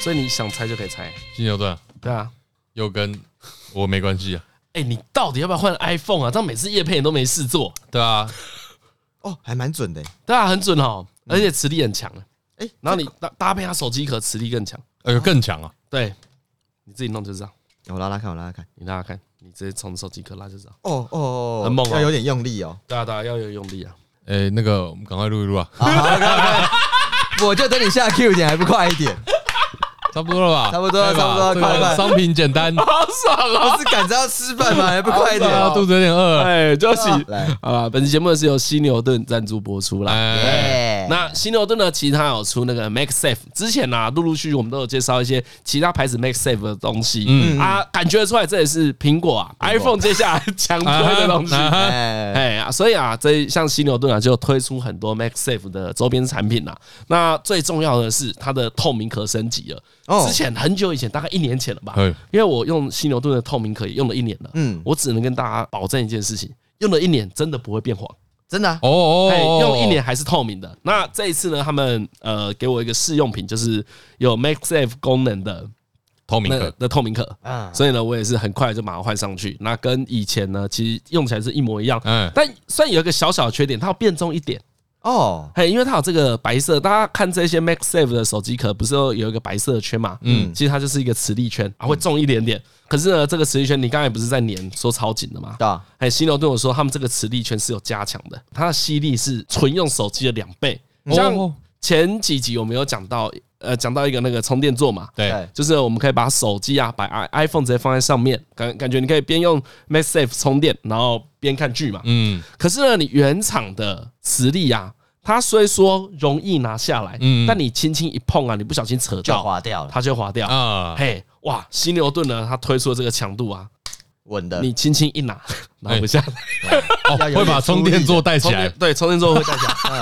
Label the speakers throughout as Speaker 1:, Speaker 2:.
Speaker 1: 所以你想猜就可以猜，
Speaker 2: 金牛座
Speaker 1: 对啊。
Speaker 2: 又跟我没关系啊，
Speaker 1: 哎、你到底要不要换 iPhone 啊？这样每次夜配你都没事做，
Speaker 2: 对啊，
Speaker 3: 哦，还蛮准的欸。
Speaker 1: 对啊，很准哦，而且磁力很强啊。
Speaker 3: 哎，
Speaker 1: 然后你搭搭配它手机壳，磁力更强。
Speaker 2: 呃，更强啊，
Speaker 1: 对，你自己弄就知道，
Speaker 3: 我拉拉看，我拉拉看。
Speaker 1: 你拉拉看，你直接从手机壳拉就知道。
Speaker 3: 哦哦哦，
Speaker 1: 很猛哦
Speaker 3: 要有点用力哦。
Speaker 1: 对啊，对啊，要有用力啊。
Speaker 2: 哎，那个我们赶快录一录啊，
Speaker 3: 好，好好好好 我就等你下 Q 一点，还不快一 点？
Speaker 2: 差不多了吧？
Speaker 3: 差不多了
Speaker 2: 对吧
Speaker 3: 差不多了
Speaker 2: 这个
Speaker 3: 快快
Speaker 2: 商品简单，
Speaker 1: 好爽啊！
Speaker 3: 不是赶着要吃饭吗？还不快一点？哦
Speaker 2: 啊肚子有点饿了，
Speaker 1: 哎，就起
Speaker 3: 来，
Speaker 1: 啊！本期节目是由犀牛顿赞助播出啦。
Speaker 2: 哎，
Speaker 3: 耶
Speaker 1: 那犀牛顿呢，其实它有出那个 MagSafe，之前呢、啊，陆陆续续我们都有介绍一些其他牌子 MagSafe 的东西，嗯啊，感觉得出来这也是苹果啊 iPhone 接下来 强推的东西。
Speaker 2: 啊哈
Speaker 3: 哎，
Speaker 1: 哎啊，所以啊，这像犀牛顿啊，就有推出很多 MagSafe 的周边产品啦。那最重要的是它的透明壳升级了。
Speaker 3: 哦
Speaker 1: 之前很久以前，大概一年前了吧
Speaker 2: 嘿，
Speaker 1: 因为我用犀牛顿的透明壳也用了一年了。
Speaker 3: 嗯
Speaker 1: 嗯，我只能跟大家保证一件事情：用了一年真的不会变黄。
Speaker 3: 真的啊
Speaker 2: 哦哦
Speaker 1: 哎，
Speaker 2: 哦，
Speaker 1: 用一年还是透明的。那这一次呢，他们呃给我一个试用品，就是有 MagSafe 功能的
Speaker 2: 透明
Speaker 1: 那
Speaker 2: 的，
Speaker 1: 的透明壳。
Speaker 3: 啊，
Speaker 1: 所以呢，我也是很快就马上换上去。那跟以前呢，其实用起来是一模一样。
Speaker 2: 嗯，
Speaker 1: 但虽然有一个小小的缺点，它要变重一点，
Speaker 3: 哦，
Speaker 1: 嘿，因为它有这个白色，大家看这些 MagSafe 的手机壳，不是有一个白色的圈嘛？嗯，其实它就是一个磁力圈，啊，会重一点点。可是呢，这个磁力圈你刚才不是在粘说超紧的吗？
Speaker 3: 对啊，
Speaker 1: 哎，犀牛对我说，他们这个磁力圈是有加强的，它的吸力是纯用手机的两倍。像
Speaker 2: 哦
Speaker 1: 前几集我们有讲到，呃，讲到一个那个充电座嘛，
Speaker 2: 对
Speaker 3: 对，
Speaker 1: 就是我们可以把手机啊，把 i iPhone 直接放在上面，感感觉你可以边用 MagSafe 充电，然后边看剧嘛。
Speaker 2: 嗯
Speaker 1: 可是呢，你原厂的磁力啊，它虽说容易拿下来，
Speaker 2: 嗯
Speaker 1: 但你轻轻一碰啊，你不小心扯
Speaker 3: 就
Speaker 1: 到，
Speaker 3: 划掉了，
Speaker 1: 它就滑掉。
Speaker 2: 啊，
Speaker 1: 嘿，哇，犀牛顿呢，它推出的这个强度啊，
Speaker 3: 稳的，
Speaker 1: 你轻轻一拿， 拿不下来。
Speaker 2: 哦
Speaker 3: 要有
Speaker 2: 会把
Speaker 3: 点出力
Speaker 2: 充哎电座带起
Speaker 1: 充
Speaker 2: 来
Speaker 1: 电，对，充电座会带起来。
Speaker 3: 嗯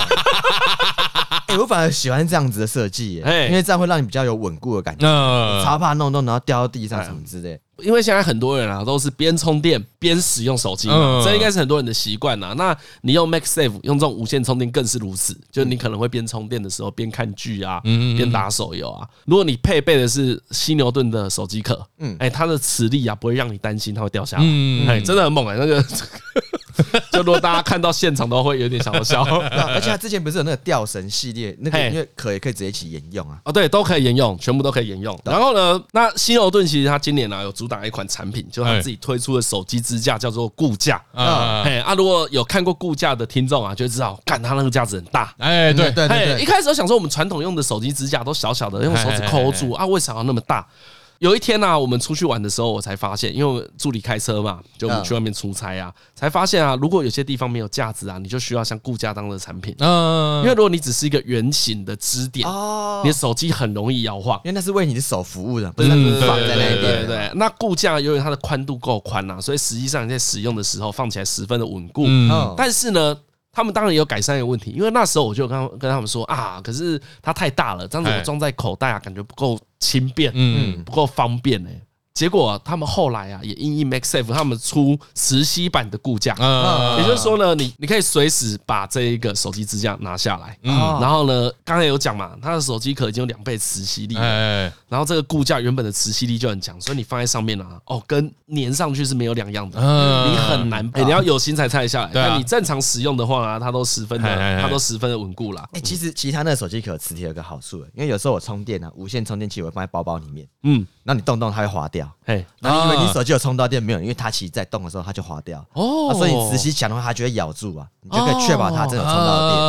Speaker 3: 哎，我反而喜欢这样子的设计耶，
Speaker 1: 哎
Speaker 3: 因为这样会让你比较有稳固的感觉，
Speaker 2: 那
Speaker 3: 超怕弄弄然后掉到地上什么之类。
Speaker 1: 因为现在很多人啊都是边充电边使用手机嘛
Speaker 2: 嗯，
Speaker 1: 这应该是很多人的习惯呐。那你用 MagSafe 用这种无线充电更是如此，就你可能会边充电的时候边看剧啊，
Speaker 2: 嗯
Speaker 1: 边打手游啊。如果你配备的是犀牛顿的手机壳，嗯，哎，它的磁力啊不会让你担心它会掉下来，
Speaker 2: 嗯
Speaker 1: 哎，真的很猛哎、那个 就如果大家看到现场都会有点想要 笑。
Speaker 3: 对啊而且它之前不是有那个吊绳系列，那个
Speaker 1: 嘿
Speaker 3: 因为壳也可以直接一起沿用啊。
Speaker 1: 哦，对，都可以沿用，全部都可以沿用。然后呢，那犀牛顿其实它今年呢、啊有主打一款产品，
Speaker 2: 哎
Speaker 1: 就是它自己推出的手机支架，叫做固架。
Speaker 2: 啊，
Speaker 1: 嘿啊，如果有看过固架的听众啊，就会知道，干它那个架子很大。
Speaker 2: 哎，对
Speaker 3: 嗯对
Speaker 1: 嘿，一
Speaker 3: 对
Speaker 1: 开始我想说，我们传统用的手机支架都小小的，用手指抠住啊，为啥要那么大？有一天呢、我们出去玩的时候，我才发现，因为我们助理开车嘛，就我们
Speaker 3: 嗯
Speaker 1: 去外面出差啊，才发现啊，如果有些地方没有架子啊，你就需要像固架当的产品，
Speaker 2: 嗯
Speaker 1: 因为如果你只是一个圆形的支点，
Speaker 3: 哦
Speaker 1: 你，的手机很容易摇晃
Speaker 3: 因。为那是为你的手服务的，不是它
Speaker 2: 嗯
Speaker 3: 只是放在那
Speaker 2: 对
Speaker 3: 一
Speaker 1: 对
Speaker 3: 边
Speaker 1: 对
Speaker 3: 的。
Speaker 1: 对，那固架由于它的宽度够宽啦，所以实际上你在使用的时候放起来十分的稳固。
Speaker 2: 嗯，
Speaker 3: 嗯，
Speaker 1: 但是呢，他们当然也有改善一个问题，因为那时候我就跟他们跟他们说啊，可是它太大了，这样子
Speaker 2: 哎
Speaker 1: 我装在口袋啊，感觉不够轻便，
Speaker 2: 嗯
Speaker 1: 不够方便呢、结果啊、他们后来啊，也因应 MaxSafe 他们出磁吸版的固架，
Speaker 2: 嗯
Speaker 1: 也就是说呢，你你可以随时把这一个手机支架拿下来。
Speaker 2: 嗯
Speaker 3: 哦
Speaker 1: 然后呢，刚才有讲嘛，它的手机壳已经有两倍磁吸力了，
Speaker 2: 哎，
Speaker 1: 然后这个固架原本的磁吸力就很强，所以你放在上面啊，哦，跟粘上去是没有两样的，
Speaker 2: 嗯
Speaker 1: 你很难，哎，你要有心才拆得下来。
Speaker 2: 对啊
Speaker 1: 但你正常使用的话啊，它都十分
Speaker 2: 嘿嘿嘿
Speaker 1: 的，它都十分的稳固啦。
Speaker 3: 哎，其实其实它那个手机壳磁铁有个好处，因为有时候我充电啊，无线充电器我会放在包包里面，
Speaker 1: 嗯，
Speaker 3: 然后你动动它会滑掉。
Speaker 1: 嘿，
Speaker 3: 然后因为
Speaker 2: 啊
Speaker 3: 你手机有充到电没有？因为它其实在动的时候它就滑掉。
Speaker 1: 哦
Speaker 3: 啊所以你磁吸强的话，它就会咬住啊，你就可以确保它真的有
Speaker 2: 哎
Speaker 3: 充到电。
Speaker 2: 嗯，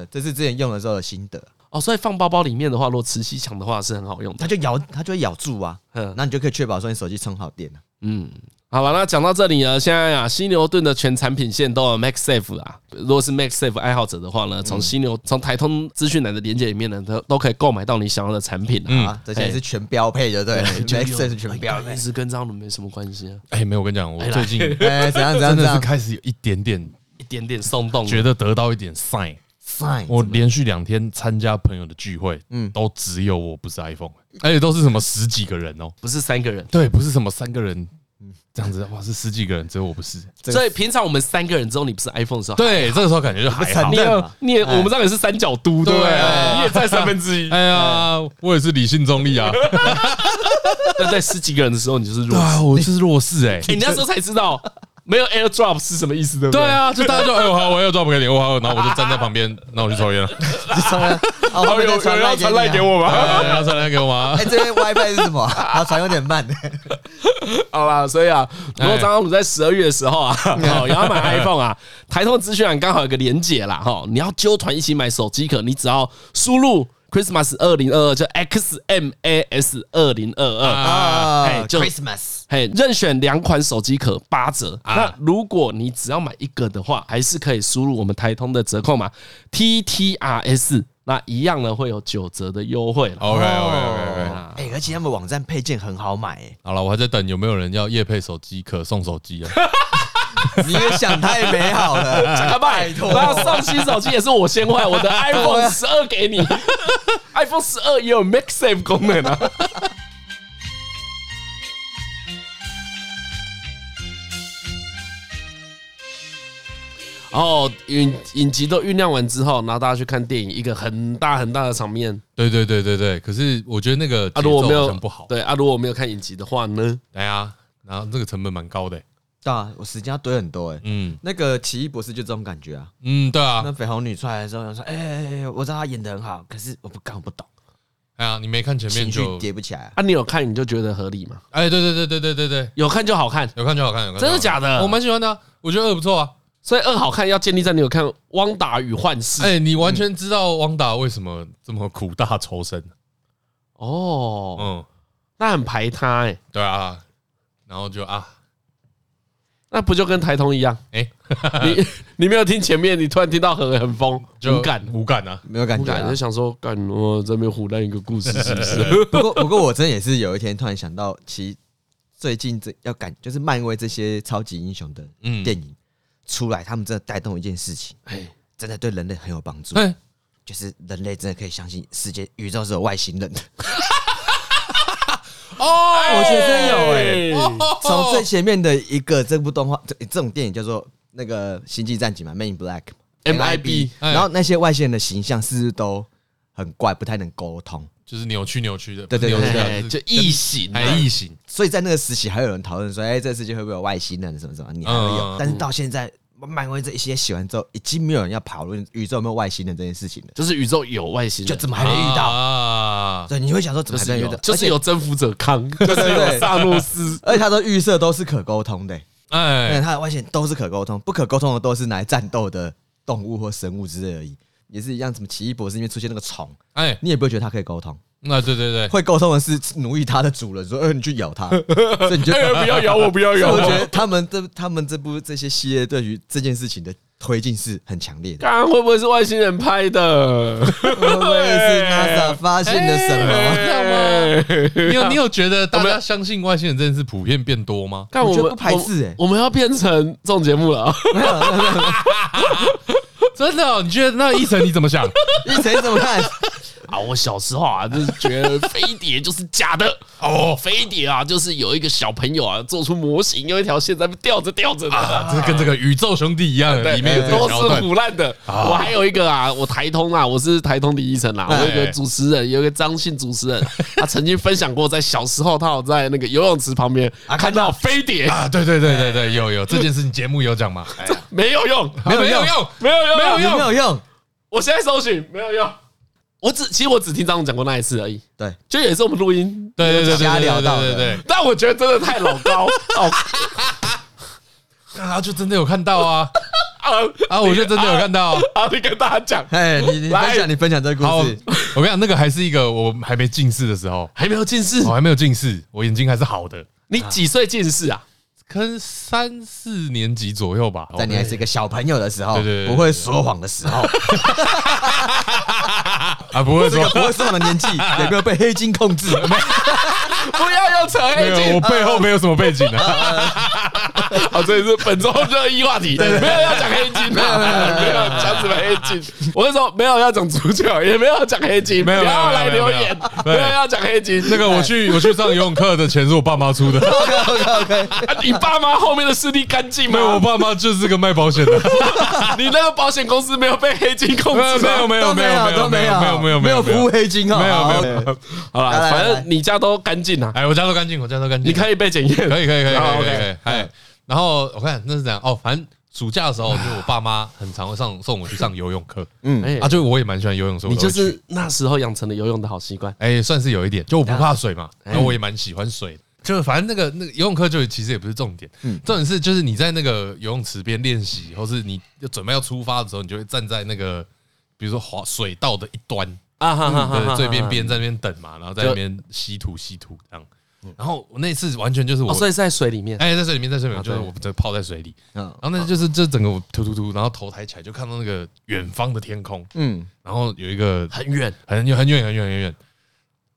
Speaker 3: 呃，这是之前用的时候的心得，
Speaker 1: 哦，所以放包包里面的话，如果磁吸强的话是很好用的。
Speaker 3: 它就咬，它就会咬住啊，
Speaker 1: 嗯
Speaker 3: 那你就可以确保说你手机充好电啊了。
Speaker 1: 嗯。好了，那讲到这里呢，现在啊，犀牛顿的全产品线都有 MaxSafe 啊。如果是 MaxSafe 爱好者的话呢，从犀牛从台通资讯栏的连接里面呢，都都可以购买到你想要的产品啊。
Speaker 2: 嗯
Speaker 1: 哎
Speaker 3: 啊，这些是全标配的，对，Max 是全 标配
Speaker 1: 一。直跟这样的没什么关系啊，
Speaker 2: 哎，没有，我跟你讲，我最近
Speaker 3: 哎，怎样怎样
Speaker 2: 真的是
Speaker 3: 怎样
Speaker 2: 开始有一点点
Speaker 1: 一点点松动，
Speaker 2: 觉得得到一点 sign。
Speaker 3: ，Sign，
Speaker 2: 我连续两天参加朋友的聚会，嗯，都只有我不是 iPhone，而且都是什么十几个人哦。
Speaker 1: 不是三个人，
Speaker 2: 对，不是什么三个人，这样子哇，是十几个人，只有我不是。
Speaker 3: 这个
Speaker 1: 所以平常我们三个人之后，你不是 iPhone 的时候，
Speaker 2: 对，这个时候感觉就还好
Speaker 1: 你。
Speaker 3: 承认
Speaker 1: 也
Speaker 3: 嘛
Speaker 1: 你也我们这个是三角都，对不对？
Speaker 2: 对
Speaker 1: 你也在三分之 一。
Speaker 2: 哎呀，我也是理性中立啊。
Speaker 1: 但在十几个人的时候，你就是弱
Speaker 2: 对
Speaker 1: 势。
Speaker 2: 啊，我就是弱势哎。
Speaker 1: 哎，你那时候才知道没有 AirDrop 是什么意思，对不
Speaker 2: 对
Speaker 1: 对？
Speaker 2: 啊，就大家就哎，我好，我要照不给你，我好，然后我就站在旁边，那我去抽烟了。
Speaker 3: 哦，
Speaker 1: 好，
Speaker 3: 后
Speaker 1: 有
Speaker 3: 面
Speaker 1: 有
Speaker 3: 再传
Speaker 1: 人要传
Speaker 3: 赖
Speaker 1: 赖
Speaker 3: 给
Speaker 1: 给
Speaker 3: 你啊。
Speaker 1: 我 吗？
Speaker 2: 哎要传来给我吗
Speaker 3: 哎，？这边 WiFi 是什么啊？好，传有点慢。
Speaker 1: 好啦，所以啊，如果张宏鲁在十二月的时候啊，哦，也要买 iPhone 啊，台通的资讯栏刚好有个连结啦，哈，你要揪团一起买手机壳，你只要输入 Christmas 二零二二，就 X M A S 二零二二。哎
Speaker 3: 啊
Speaker 1: 就
Speaker 3: ，Christmas
Speaker 1: 嘿，任选两款手机壳八折。那如果你只要买一个的话，还是可以输入我们台通的折扣码 T T R S，那一样呢会有九折的优惠了。
Speaker 2: OK OK OK OK，
Speaker 3: 哦哎，而且他们网站配件很好买，哎
Speaker 2: 好了，我还在等有没有人要夜配手机可送手机啊？
Speaker 3: 你也想太美好 了。
Speaker 1: 啊拜 托，那上新手机也是我先换，我的 iPhone 十二给你 ，iPhone 十二也有 MagSafe 功能啊。哦，影影集都酝酿完之后，然后大家去看电影，一个很大很大的场面
Speaker 2: 对对对对对，可是我觉得那个
Speaker 1: 啊！
Speaker 2: 节
Speaker 1: 如
Speaker 2: 奏
Speaker 1: 果没
Speaker 2: 好
Speaker 1: 有
Speaker 2: 像不好。
Speaker 1: 对啊，如果我没有看影集的话呢？
Speaker 2: 哎呀，然后这个成本蛮高的欸。
Speaker 3: 对啊，我时间要堆很多哎。
Speaker 2: 嗯
Speaker 3: 那个奇异博士就这种感觉啊。
Speaker 2: 嗯，对啊
Speaker 3: 那，绯红女出来的时候，想说，哎哎哎，我知道她演的很好，可是我不刚不懂，
Speaker 2: 哎呀，你没看前面
Speaker 3: 情绪
Speaker 2: 就
Speaker 3: 叠不起来啊。
Speaker 1: 啊，你有看你就觉得合理吗？
Speaker 2: 哎，对对对对对对对，
Speaker 1: 有看就好看，
Speaker 2: 有看就好看，有看就好看
Speaker 1: 真的假的
Speaker 2: 我蛮喜欢的啊，我觉得二不错啊。
Speaker 1: 所以二好看要建立在你有看《汪达与幻视》
Speaker 2: 哎，
Speaker 3: 嗯
Speaker 2: 你完全知道汪达为什么这么苦大仇深。
Speaker 1: 哦。
Speaker 2: 嗯，
Speaker 1: 那很排他哎、
Speaker 2: 对啊，然后就啊，
Speaker 1: 那不就跟台通一 样？
Speaker 2: 哎，
Speaker 1: 你你没有听前面，你突然听到很很疯，
Speaker 2: 就
Speaker 1: 无感
Speaker 2: 无感啊。
Speaker 3: 没有感
Speaker 1: 无
Speaker 3: 觉、
Speaker 1: 感，
Speaker 3: 啊
Speaker 1: 就。想说干我这边胡乱一个故事是不是？
Speaker 3: 不过，不过我真的也是有一天突然想到，其实最近这要感就是漫威这些超级英雄的
Speaker 2: 嗯
Speaker 3: 电影出来，他们真的带动一件事情，
Speaker 1: 哎，
Speaker 3: 真的对人类很有帮助，
Speaker 2: 哎，
Speaker 3: 就是人类真的可以相信世界宇宙是有外星人的。
Speaker 2: 哦，
Speaker 3: 我觉得真
Speaker 2: 欸
Speaker 3: 有
Speaker 1: 哎
Speaker 3: 从最前面的一个这部动画，这这种电影叫做那个《星际战警》嘛，《Man in Black》
Speaker 1: MIB
Speaker 2: 哎
Speaker 3: 然后那些外星人的形象是不是都很怪，不太能沟通？
Speaker 2: 就是扭曲扭曲的，
Speaker 3: 对对对
Speaker 2: 不是扭曲
Speaker 1: 哎
Speaker 2: 的
Speaker 1: 就异形啊，
Speaker 2: 还异形，
Speaker 3: 所以在那个时期还有人讨论说，哎、这世界会不会有外星人什么什么？你还会有，
Speaker 2: 嗯
Speaker 3: 但是到现在，漫威这一些写完之后，已经没有人要讨论宇宙有没有外星人这件事情了，
Speaker 1: 就是宇宙有外星
Speaker 3: 就
Speaker 1: 人，
Speaker 3: 怎么还没遇到？
Speaker 2: 啊？
Speaker 3: 对，你会想说怎
Speaker 1: 就
Speaker 3: 么还没
Speaker 1: 是
Speaker 3: 遇
Speaker 1: 有
Speaker 3: 到？
Speaker 1: 就是有征服者 康，就
Speaker 3: 对
Speaker 1: 是
Speaker 3: 对
Speaker 1: 有萨诺 斯，
Speaker 3: 而且，而且他的预设都是可沟通的、对，
Speaker 2: 哎，
Speaker 3: 他的外星人都是可沟通，不可沟通的都是拿来战斗的动物或生物之类而已。也是一样，什么奇异博士里面出现那个虫，
Speaker 2: 哎，
Speaker 3: 你也不会觉得它可以沟通，
Speaker 2: 那对对对，
Speaker 3: 会沟通的是奴役它的主人，说：“呃，你去 咬它。”所以你就，
Speaker 1: 哎不要咬我，不要
Speaker 3: 所以
Speaker 1: 咬
Speaker 3: 我觉
Speaker 1: 我。
Speaker 3: 得他们这他们这部这些系列对于这件事情的推进是很强烈的。
Speaker 1: 刚会不会是外星人拍的？
Speaker 3: 会不会是 NASA 发现了什么？
Speaker 1: 哎
Speaker 2: 你有你有觉得大家相信外星人这件事普遍变多吗？
Speaker 1: 看我
Speaker 3: 我觉
Speaker 1: 们
Speaker 3: 得不排斥哎
Speaker 1: 我们要变成这种节目了啊。
Speaker 2: 真的哦，你觉得那一层你怎么 想？
Speaker 3: 一晨怎么看？
Speaker 1: 啊，我小时候啊，就是觉得飞碟就是假的哦，飞碟啊，就是有一个小朋友啊，做出模型，用一条线在那边吊着吊着的。
Speaker 2: 啊，这跟这个宇宙兄弟一样，
Speaker 1: 对
Speaker 2: 里面有这个
Speaker 1: 都
Speaker 2: 桥
Speaker 1: 是
Speaker 2: 段。
Speaker 1: 腐烂的。我还有一个啊，我台通啊，我是台通第一层啦。啊我
Speaker 3: 哎
Speaker 1: 有一个主持人，有一个张姓主持 人，他曾经分享过，在小时候他有在那个游泳池旁边
Speaker 3: 啊
Speaker 1: 看
Speaker 3: 看
Speaker 1: 到
Speaker 3: 到
Speaker 1: 飞碟，
Speaker 2: 啊，对对对对对，有有这件事情节目有讲嘛？哎呀
Speaker 1: 没有用，
Speaker 2: 啊没有
Speaker 3: 没有
Speaker 2: 用，
Speaker 1: 没有用，
Speaker 2: 没有
Speaker 3: 有没有用？
Speaker 1: 我现在搜寻没有用。我只其实我只听张总讲过那一次而已，
Speaker 3: 对，
Speaker 1: 就也是我们录音
Speaker 2: 对对对对对
Speaker 3: 瞎聊到
Speaker 2: 对
Speaker 3: 的
Speaker 2: 对对，
Speaker 1: 但我觉得真的太老 高，哦老
Speaker 2: 对啊，就真的有看到啊
Speaker 1: 啊
Speaker 2: 啊，我就真的有看 到啊。
Speaker 1: 啊！你跟大家讲，
Speaker 3: 哎，你你
Speaker 1: 来
Speaker 3: 分享你分享这个
Speaker 2: 好，我
Speaker 3: 故事，
Speaker 2: 跟你讲，那个还是一个我还没近视的时候，
Speaker 1: 还没有近视
Speaker 2: 我，还没有近视，我眼睛还是好的，
Speaker 1: 你几岁近视啊？
Speaker 2: 可能三四年级左右吧。
Speaker 3: 在你还是一个小朋友的时候
Speaker 2: 哦对对对，对
Speaker 3: 不会说谎的时候，
Speaker 2: 啊，不会
Speaker 3: 这
Speaker 2: 说
Speaker 3: 个不会说谎的 年纪，有没有被黑金控制？
Speaker 1: 不要用扯
Speaker 2: 没
Speaker 1: 黑
Speaker 2: 有，
Speaker 1: 镜
Speaker 2: 啊我，背后没有什么背景的。
Speaker 1: 好，这也是本周热议话题，没有要讲黑金的，没有讲什么黑金。我跟你说，没有要讲足球，也没有要讲黑金，
Speaker 2: 没有
Speaker 1: 不要来
Speaker 2: 没
Speaker 1: 留
Speaker 2: 有没有
Speaker 1: 言，没
Speaker 2: 没有
Speaker 1: 有要讲黑金。
Speaker 2: 那个我去我去上游泳课的钱是我爸妈出的，
Speaker 3: OK，
Speaker 1: 啊你爸妈后面的势力干净吗？
Speaker 2: 没有，我爸妈就是个卖保险的，
Speaker 1: 你那个保险公司没有被黑金控
Speaker 2: 没有
Speaker 1: 制
Speaker 2: 没有
Speaker 1: 吗？
Speaker 2: 没有
Speaker 3: 都
Speaker 2: 没
Speaker 3: 没
Speaker 2: 有没
Speaker 3: 有，都
Speaker 2: 有没
Speaker 3: 有，
Speaker 2: 有没有没有
Speaker 3: 没有
Speaker 2: 没有
Speaker 3: 服务黑金哦，
Speaker 2: 没有没
Speaker 3: 好
Speaker 2: 有，
Speaker 1: 好
Speaker 3: 来
Speaker 1: 了，
Speaker 3: 来
Speaker 1: 反
Speaker 3: 来
Speaker 1: 正你家都干净啊，
Speaker 2: 哎，我家都干净，我家都干净，
Speaker 1: 你可以被检验，
Speaker 2: 可以可以可以可以
Speaker 1: 好
Speaker 2: 可以
Speaker 1: ，OK
Speaker 2: 可以，哎，然后我看那是怎样哦，反正暑假的时候，就我爸妈很常会上送我去上游泳课，
Speaker 1: 哎
Speaker 2: 啊，就我也蛮喜欢游泳，所以
Speaker 1: 你
Speaker 2: 我都
Speaker 1: 就
Speaker 2: 会去
Speaker 1: 是那时候养成了游泳的好习惯。
Speaker 2: 哎，算是有一点，就我不怕水嘛，
Speaker 1: 哎
Speaker 2: 然后我也蛮喜欢水的。就是反正那个那个游泳课就其实也不是重点，
Speaker 1: 嗯
Speaker 2: 重点是就是你在那个游泳池边练习，或是你要准备要出发的时候，你就会站在那个比如说滑水道的一端，
Speaker 1: 啊哈哈哈
Speaker 2: 嗯对，
Speaker 1: 哈！
Speaker 2: 最边边在那边等嘛，然后在那边吸土吸土这样。然后我那次完全就是
Speaker 1: 嗯
Speaker 2: 我
Speaker 1: 哦，所以是在水里面。
Speaker 2: 哎，在水里面，在水里面，
Speaker 1: 啊
Speaker 2: 就是
Speaker 1: 对
Speaker 2: 我就泡在水里，
Speaker 3: 嗯
Speaker 2: 然后那就是这整个我突突突，然后头抬起来就看到那个远方的天空，
Speaker 3: 嗯，
Speaker 2: 然后有一个
Speaker 1: 很远，
Speaker 2: 很远很远很远很远，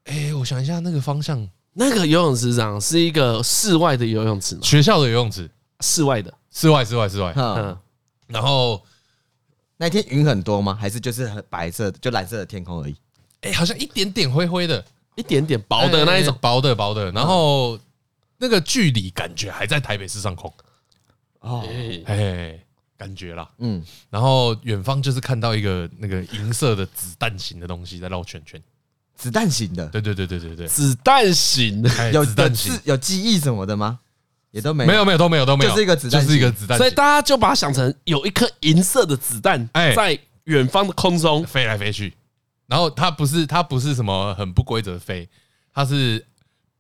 Speaker 2: 哎，我想一下那个方向，
Speaker 1: 那个游泳池长是一个室外的游泳池嘛，
Speaker 2: 学校的游泳池，
Speaker 1: 室外的，
Speaker 2: 室外室外室外，
Speaker 3: 嗯
Speaker 1: 嗯，
Speaker 2: 然后
Speaker 3: 那天云很多吗？还是就是很白色的，就蓝色的天空而已？
Speaker 2: 哎，好像一点点灰灰的，
Speaker 1: 一点点薄的那一种
Speaker 2: 哎，薄的薄的，然
Speaker 3: 嗯
Speaker 2: 后那个距离感觉还在台北市上空，
Speaker 3: 哦，
Speaker 1: 哎
Speaker 2: 哎，感觉啦，
Speaker 3: 嗯，
Speaker 2: 然后远方就是看到一个那个银色的子弹型的东西在绕圈圈，
Speaker 3: 子弹型的，
Speaker 2: 对对对对对对，
Speaker 1: 子弹型，
Speaker 2: 哎
Speaker 3: 有
Speaker 2: 子
Speaker 3: 有
Speaker 2: 弹型
Speaker 3: 字，有记忆什么的吗？也都没
Speaker 2: 没有没有都没有都没有，
Speaker 3: 就是一个子弹
Speaker 2: 就是一个子弹
Speaker 1: 所以
Speaker 2: 型，
Speaker 1: 大家就把它想成有一颗银色的子弹
Speaker 2: 哎
Speaker 1: 在远方的空中，
Speaker 2: 飞来飞去，然后它不是它不是什么很不规则飞，它是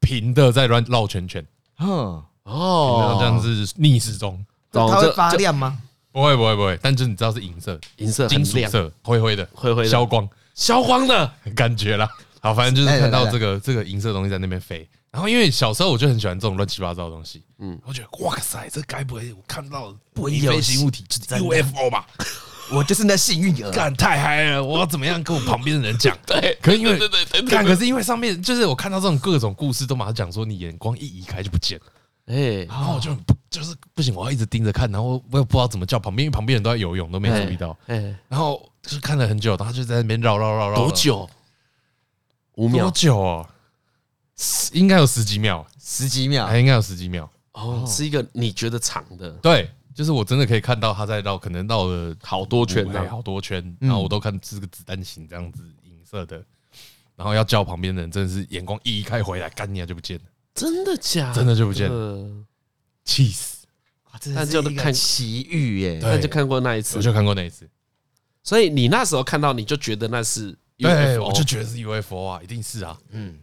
Speaker 2: 平的在乱绕圈圈，
Speaker 3: 嗯，
Speaker 2: 然后
Speaker 1: 哦，
Speaker 2: 这样是逆时钟，
Speaker 1: 懂，
Speaker 3: 它
Speaker 1: 这
Speaker 3: 会发
Speaker 1: 这
Speaker 3: 亮吗？
Speaker 2: 不会不会不会，但就是你知道是银色、
Speaker 1: 银色很
Speaker 2: 金属
Speaker 1: 亮，
Speaker 2: 色、灰灰的、
Speaker 1: 灰灰的
Speaker 2: 消光哎
Speaker 1: 消光的，
Speaker 2: 感觉啦。好，反正就是看
Speaker 3: 来来
Speaker 2: 到
Speaker 3: 来
Speaker 2: 这个这个银色的东西在那边飞，然后因为小时候我就很喜欢这种乱七八糟的东西，嗯，我觉得哇塞，这该不会我看到的不一飞行物体就是 UFO 吧？
Speaker 3: 我就是那幸运儿，啊
Speaker 2: 干太嗨了！我要怎么样跟我旁边的人讲？
Speaker 1: 对，
Speaker 2: 可是因为
Speaker 1: 对对对对
Speaker 2: 干，可是因为上面就是我看到这种各种故事，都马上讲说你眼光一移开就不见了，
Speaker 1: 哎，
Speaker 2: 然后我就很不就是不行，我要一直盯着看，然后我也不知道怎么叫旁边，因为旁边人都在游泳，都没注意到，
Speaker 1: 哎，
Speaker 2: 然后就是看了很久，然后就在那边绕绕绕绕，
Speaker 1: 多？久？五
Speaker 2: 多
Speaker 1: 秒
Speaker 2: 久哦？十应该有十几秒，哎
Speaker 3: 十几
Speaker 1: 啊
Speaker 3: 秒，
Speaker 1: 哎
Speaker 2: 还应该有十几秒，
Speaker 1: 哦，是一个你觉得长的，
Speaker 2: 对。就是我真的可以看到他在绕，可能绕了
Speaker 1: 好多圈
Speaker 2: 哎
Speaker 1: 的，
Speaker 2: 好多圈，然后我都看这个子弹型这样子银色的，然后要叫旁边的人，真的是眼光一移开回来，干你啊就不见了，
Speaker 1: 真的假嗯的？
Speaker 2: 真的就不见了，
Speaker 1: 了，
Speaker 2: 气死！
Speaker 3: 哇真
Speaker 1: 那
Speaker 3: 的
Speaker 1: 就是
Speaker 3: 一个
Speaker 1: 看
Speaker 3: 奇遇耶！
Speaker 1: 那
Speaker 2: 对
Speaker 1: 就看过那一次
Speaker 2: 哎我，就看过那一次，
Speaker 1: 所以你那时候看到，你就觉得那是 UFO，
Speaker 2: 哎我就觉得是 UFO 啊，一定是啊，嗯，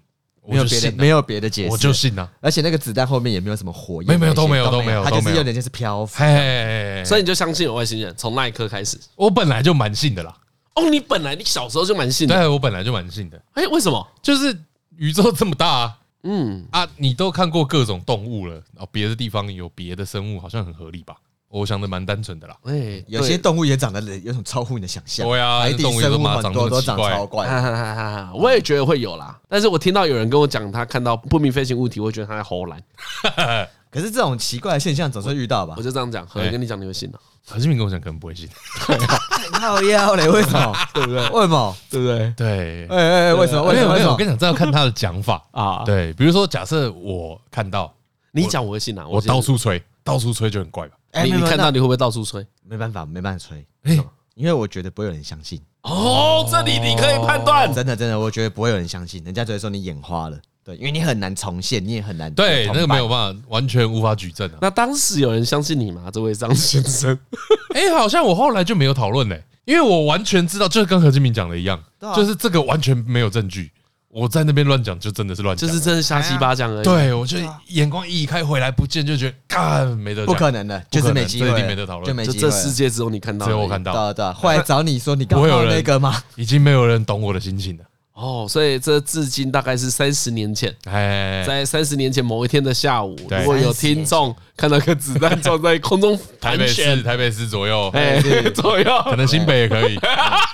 Speaker 2: 我
Speaker 3: 没有
Speaker 2: 就
Speaker 3: 别的，
Speaker 2: 信啊，
Speaker 3: 没有别的解释，
Speaker 2: 我就信啊，
Speaker 3: 而且那个子弹后面也没有什么火焰
Speaker 2: 没有
Speaker 3: 那些，
Speaker 2: 没有都没有
Speaker 3: 都
Speaker 2: 都没有
Speaker 3: 它就
Speaker 2: 都没有
Speaker 3: 是有点像是漂浮。
Speaker 2: 嘿，
Speaker 1: 所
Speaker 2: 所
Speaker 1: 以
Speaker 2: 以
Speaker 1: 你就相信有外星人，从那一刻开始。
Speaker 2: 我本来就蛮信的啦，
Speaker 1: 哦，你本来你小时候就蛮信的，
Speaker 2: 对我本来就蛮信的，
Speaker 1: 哎，为什么？
Speaker 2: 就是宇宙这么大啊，
Speaker 1: 嗯，
Speaker 2: 啊，你都看过各种动物了，然后别的地方有别的生物，好像很合理吧？我想的蛮单纯的啦。
Speaker 1: 哎，
Speaker 3: 有些
Speaker 1: 对
Speaker 3: 动物也长得有种超乎你的想象，
Speaker 2: 对啊
Speaker 3: 海底
Speaker 2: 动物也
Speaker 3: 生
Speaker 2: 都
Speaker 3: 物
Speaker 2: 嘛
Speaker 3: 很
Speaker 2: 长
Speaker 3: 多
Speaker 2: 这么
Speaker 3: 都
Speaker 2: 奇
Speaker 3: 长
Speaker 2: 怪
Speaker 3: 超
Speaker 1: 哈
Speaker 3: 怪，
Speaker 1: 哈哈哈哈， 我也觉得会有啦，但是我听到有人跟我讲，他看到不明飞行物体，我会觉得他在偷懒，
Speaker 3: 可是这种奇怪的现象总是会遇到吧
Speaker 1: 我？就这样讲。何
Speaker 2: 哎
Speaker 1: 跟你讲，你会信了，
Speaker 2: 何志明跟我讲可能不会 信，
Speaker 3: 靠腰嘞，为什么？ 对不对？为什么？
Speaker 1: 对不对？
Speaker 2: 对，
Speaker 3: 哎哎哎，为什么？
Speaker 2: 没
Speaker 3: 为什
Speaker 2: 有
Speaker 3: 么？为
Speaker 2: 没
Speaker 3: 什
Speaker 2: 有，
Speaker 3: 么
Speaker 2: 我跟？你讲，这要看他的讲法
Speaker 1: 啊
Speaker 2: 对，比如说，假设我看到
Speaker 1: 你讲我会信啊，
Speaker 2: 我
Speaker 1: 信你
Speaker 2: 到处吹，到处吹就很 怪吧？
Speaker 3: 哎
Speaker 1: 你
Speaker 3: 没有
Speaker 1: 你
Speaker 3: 没有
Speaker 1: 看
Speaker 3: 那
Speaker 1: 到你会不会到处吹？
Speaker 3: 没办法，没办法吹，
Speaker 2: 哎，
Speaker 3: 因为我觉得不会有人相信。
Speaker 1: 哦，这里你可以判断。
Speaker 3: 真的真的，我觉得不会有人相信，人家只会说你眼花了。对，因为你很难重现，你也很难
Speaker 2: 对，
Speaker 3: 重
Speaker 2: 那个
Speaker 3: 办
Speaker 2: 没有办法，完全无法举证啊。
Speaker 1: 那当时有人相信你吗？这位张先生，
Speaker 2: 哎、好像我后来就没有讨论嘞，因为我完全知道，就是跟何志明讲的一样，
Speaker 3: 对啊
Speaker 2: 就是这个完全没有证据，我在那边乱讲就真的是乱
Speaker 1: 就
Speaker 2: 讲，
Speaker 1: 是真的瞎鸡巴讲而已。，
Speaker 2: 对我就眼光一移开回来不见，就觉得干没得讲，
Speaker 3: 啊不可能的，
Speaker 2: 不
Speaker 3: 就
Speaker 2: 可
Speaker 3: 是
Speaker 2: 能
Speaker 3: 没机会
Speaker 2: 这
Speaker 3: 了，
Speaker 2: 一定没得讨论
Speaker 3: 就没
Speaker 1: 就
Speaker 3: 机会
Speaker 1: 这
Speaker 3: 了。
Speaker 1: 世界只有你看到而
Speaker 2: 只
Speaker 1: 已，
Speaker 2: 有我看
Speaker 3: 啊对
Speaker 2: 到，
Speaker 3: 啊对啊，后来找你说你刚
Speaker 2: 不会有
Speaker 3: 刚
Speaker 2: 人
Speaker 3: 那个吗？
Speaker 2: 已经没有人懂我的心情了。
Speaker 1: 哦，所以这至今大概是三十年前，
Speaker 2: 哎，
Speaker 1: 在三十年前某一天的下午，
Speaker 2: 对
Speaker 1: 如果有听众看到一个子弹撞在空中
Speaker 2: 台
Speaker 1: 盘
Speaker 2: 北市
Speaker 1: 旋，
Speaker 2: 台北市左右，
Speaker 1: 哎， 左
Speaker 2: 可
Speaker 1: 右，
Speaker 2: 能新北也可以。